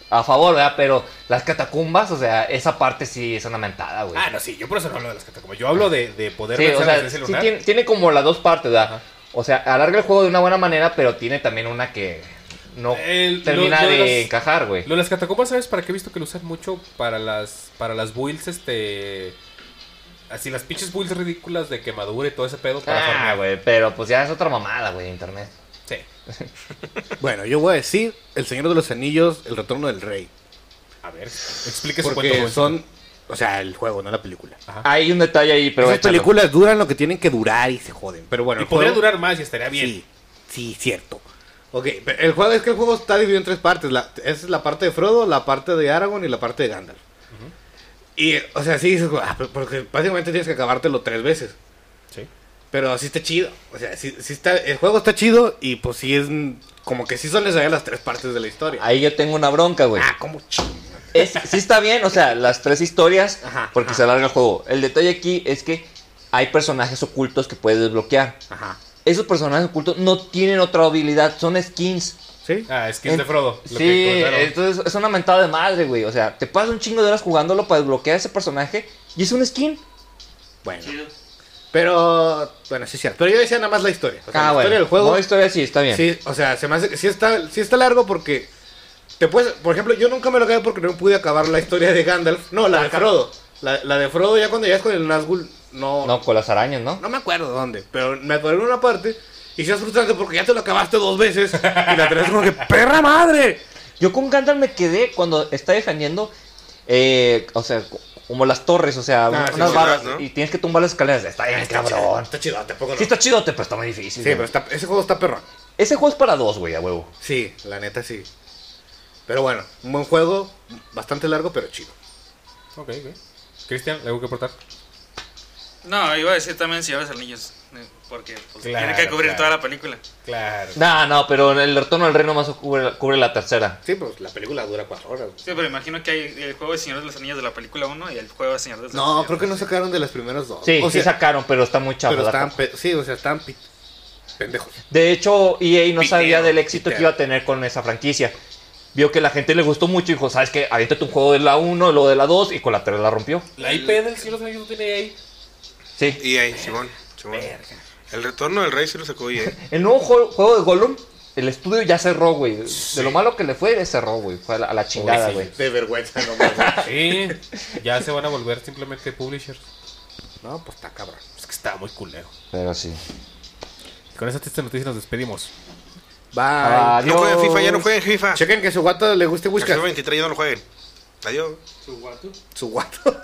A favor, ¿verdad? Pero las catacumbas, o sea, esa parte sí es una mentada, güey.
Ah, no, sí, yo por eso no hablo de las catacumbas. Yo hablo de, de poder
Sí,
vencer
o
a la
sea,
esencia
sí
lunar.
tiene, tiene como las dos partes, ¿verdad?
Ajá.
O sea, alarga el juego de una buena manera, pero tiene también una que no
El- Eh, lo-
termina
lo
de
de las-
encajar, güey.
Lo de las catacumbas, ¿sabes para qué he visto que lo usan mucho? Para las para las builds, este... Así las pinches builds ridículas de quemadura y todo ese pedo para
Ah,
farmear.
güey, pero pues ya es otra mamada, güey, internet.
Sí.
Bueno, yo voy a decir El Señor de los Anillos, El Retorno del Rey.
A ver, explique su cuento.
Porque
joven.
son, o sea, el juego, no la película.
Hay un detalle ahí, pero
Esas
échalo.
películas duran lo que tienen que durar y se joden. Pero bueno,
Y
el
podría
juego-
durar más y estaría bien.
Sí, sí, cierto. Ok, pero el juego es que el juego está dividido en tres partes. La, esa es la parte de Frodo, la parte de Aragorn y la parte de Gandalf. Y, o sea, sí, dices, "Ah, pero- porque básicamente tienes que acabártelo tres veces.
Sí.
Pero sí está chido. O sea, sí, sí está, el juego está chido y pues sí es mm, como que sí son necesarias las tres partes de la historia.
Ahí yo tengo una bronca, Ah, güey.
Ah, como chido.
Es- sí está bien, o sea, las tres historias,
Ajá,
porque
ajá.
se alarga el juego. El detalle aquí es que hay personajes ocultos que puedes desbloquear.
Ajá.
Esos personajes ocultos no tienen otra habilidad, son skins.
Sí.
Ah, es que es de Frodo. lo que
sí,
comentaron.
entonces es una mentada de madre, güey. O sea, te pasas un chingo de horas jugándolo para desbloquear ese personaje y es un skin.
Bueno.
Chido.
Pero, bueno, sí es cierto. Pero yo decía nada más la historia. O sea, Pues, la
ah, bueno.
historia del juego.
Modo historia sí, está bien.
Sí, o sea, se me hace que sí está, sí está largo porque te puedes, por ejemplo, yo nunca me lo acabé porque no pude acabar la historia de Gandalf, no, la de Frodo. La, la de Frodo ya cuando llegas con el Nazgûl no,
No,
no
con las arañas, ¿no?
me acuerdo dónde, pero me acuerdo en una parte y sí es frustrante porque ya te lo acabaste dos veces y la tenés como que perra madre.
Yo con Gandalf me quedé cuando está defendiendo, eh, o sea, co- como las torres, o sea,
Ah, sí, Ah,
unas
sí,
barras
¿no?
y tienes que tumbar las escaleras. Está bien, cabrón.
Está chido, tampoco no. Sí,
Sí está chido, pero está muy difícil. güey.
pero está- ese juego está perrón.
Ese juego es para dos, güey, a huevo.
Sí, la neta sí. Pero bueno, un buen juego, bastante largo pero chido.
Ok, ok. Cristian, ¿algo que aportar?
No, iba a decir también si ves al niños. eh, Porque pues,
Claro,
tiene que cubrir
claro.
toda la película.
Claro.
No, no, pero el retorno al reino más cubre, cubre la tercera.
Sí, pues la película dura cuatro horas. güey.
Sí, pero imagino que hay el juego de Señor de los Anillos de la película 1 y el juego de Señor de los Anillos.
No, creo que no sacaron de las primeras dos.
Sí,
O
sí
sea,
sacaron, pero está muy chafa.
Pero
la
estaban,
co-
pe- sí, o sea, estaban pi- pendejos.
De hecho, EA no
Pitero,
sabía del éxito que
pitero.
iba a tener con esa franquicia. Vio que la gente le gustó mucho y dijo, ¿sabes qué? Aviéntate un juego de la 1, luego de la 2 y con la 3 la rompió.
La IP del Señor de los Anillos no tiene ahí.
Sí.
Y ahí, Simón. Simón. El retorno del rey se lo sacó EA.
El nuevo jo- juego de Gollum, el estudio ya cerró, güey. De lo malo que le fue, cerró, güey. Fue a la, a la chingada, güey.
De vergüenza, no mames.
Sí, ya se van a volver simplemente publishers.
No, pues está cabrón.
Es que está muy culero.
Pero sí.
Y con esa triste noticia nos despedimos.
Bye.
Ah.
Adiós.
No jueguen FIFA, ya no jueguen FIFA.
Chequen que su guato le guste Whiskas.
El 23 ya no lo jueguen. Adiós.
Su guato.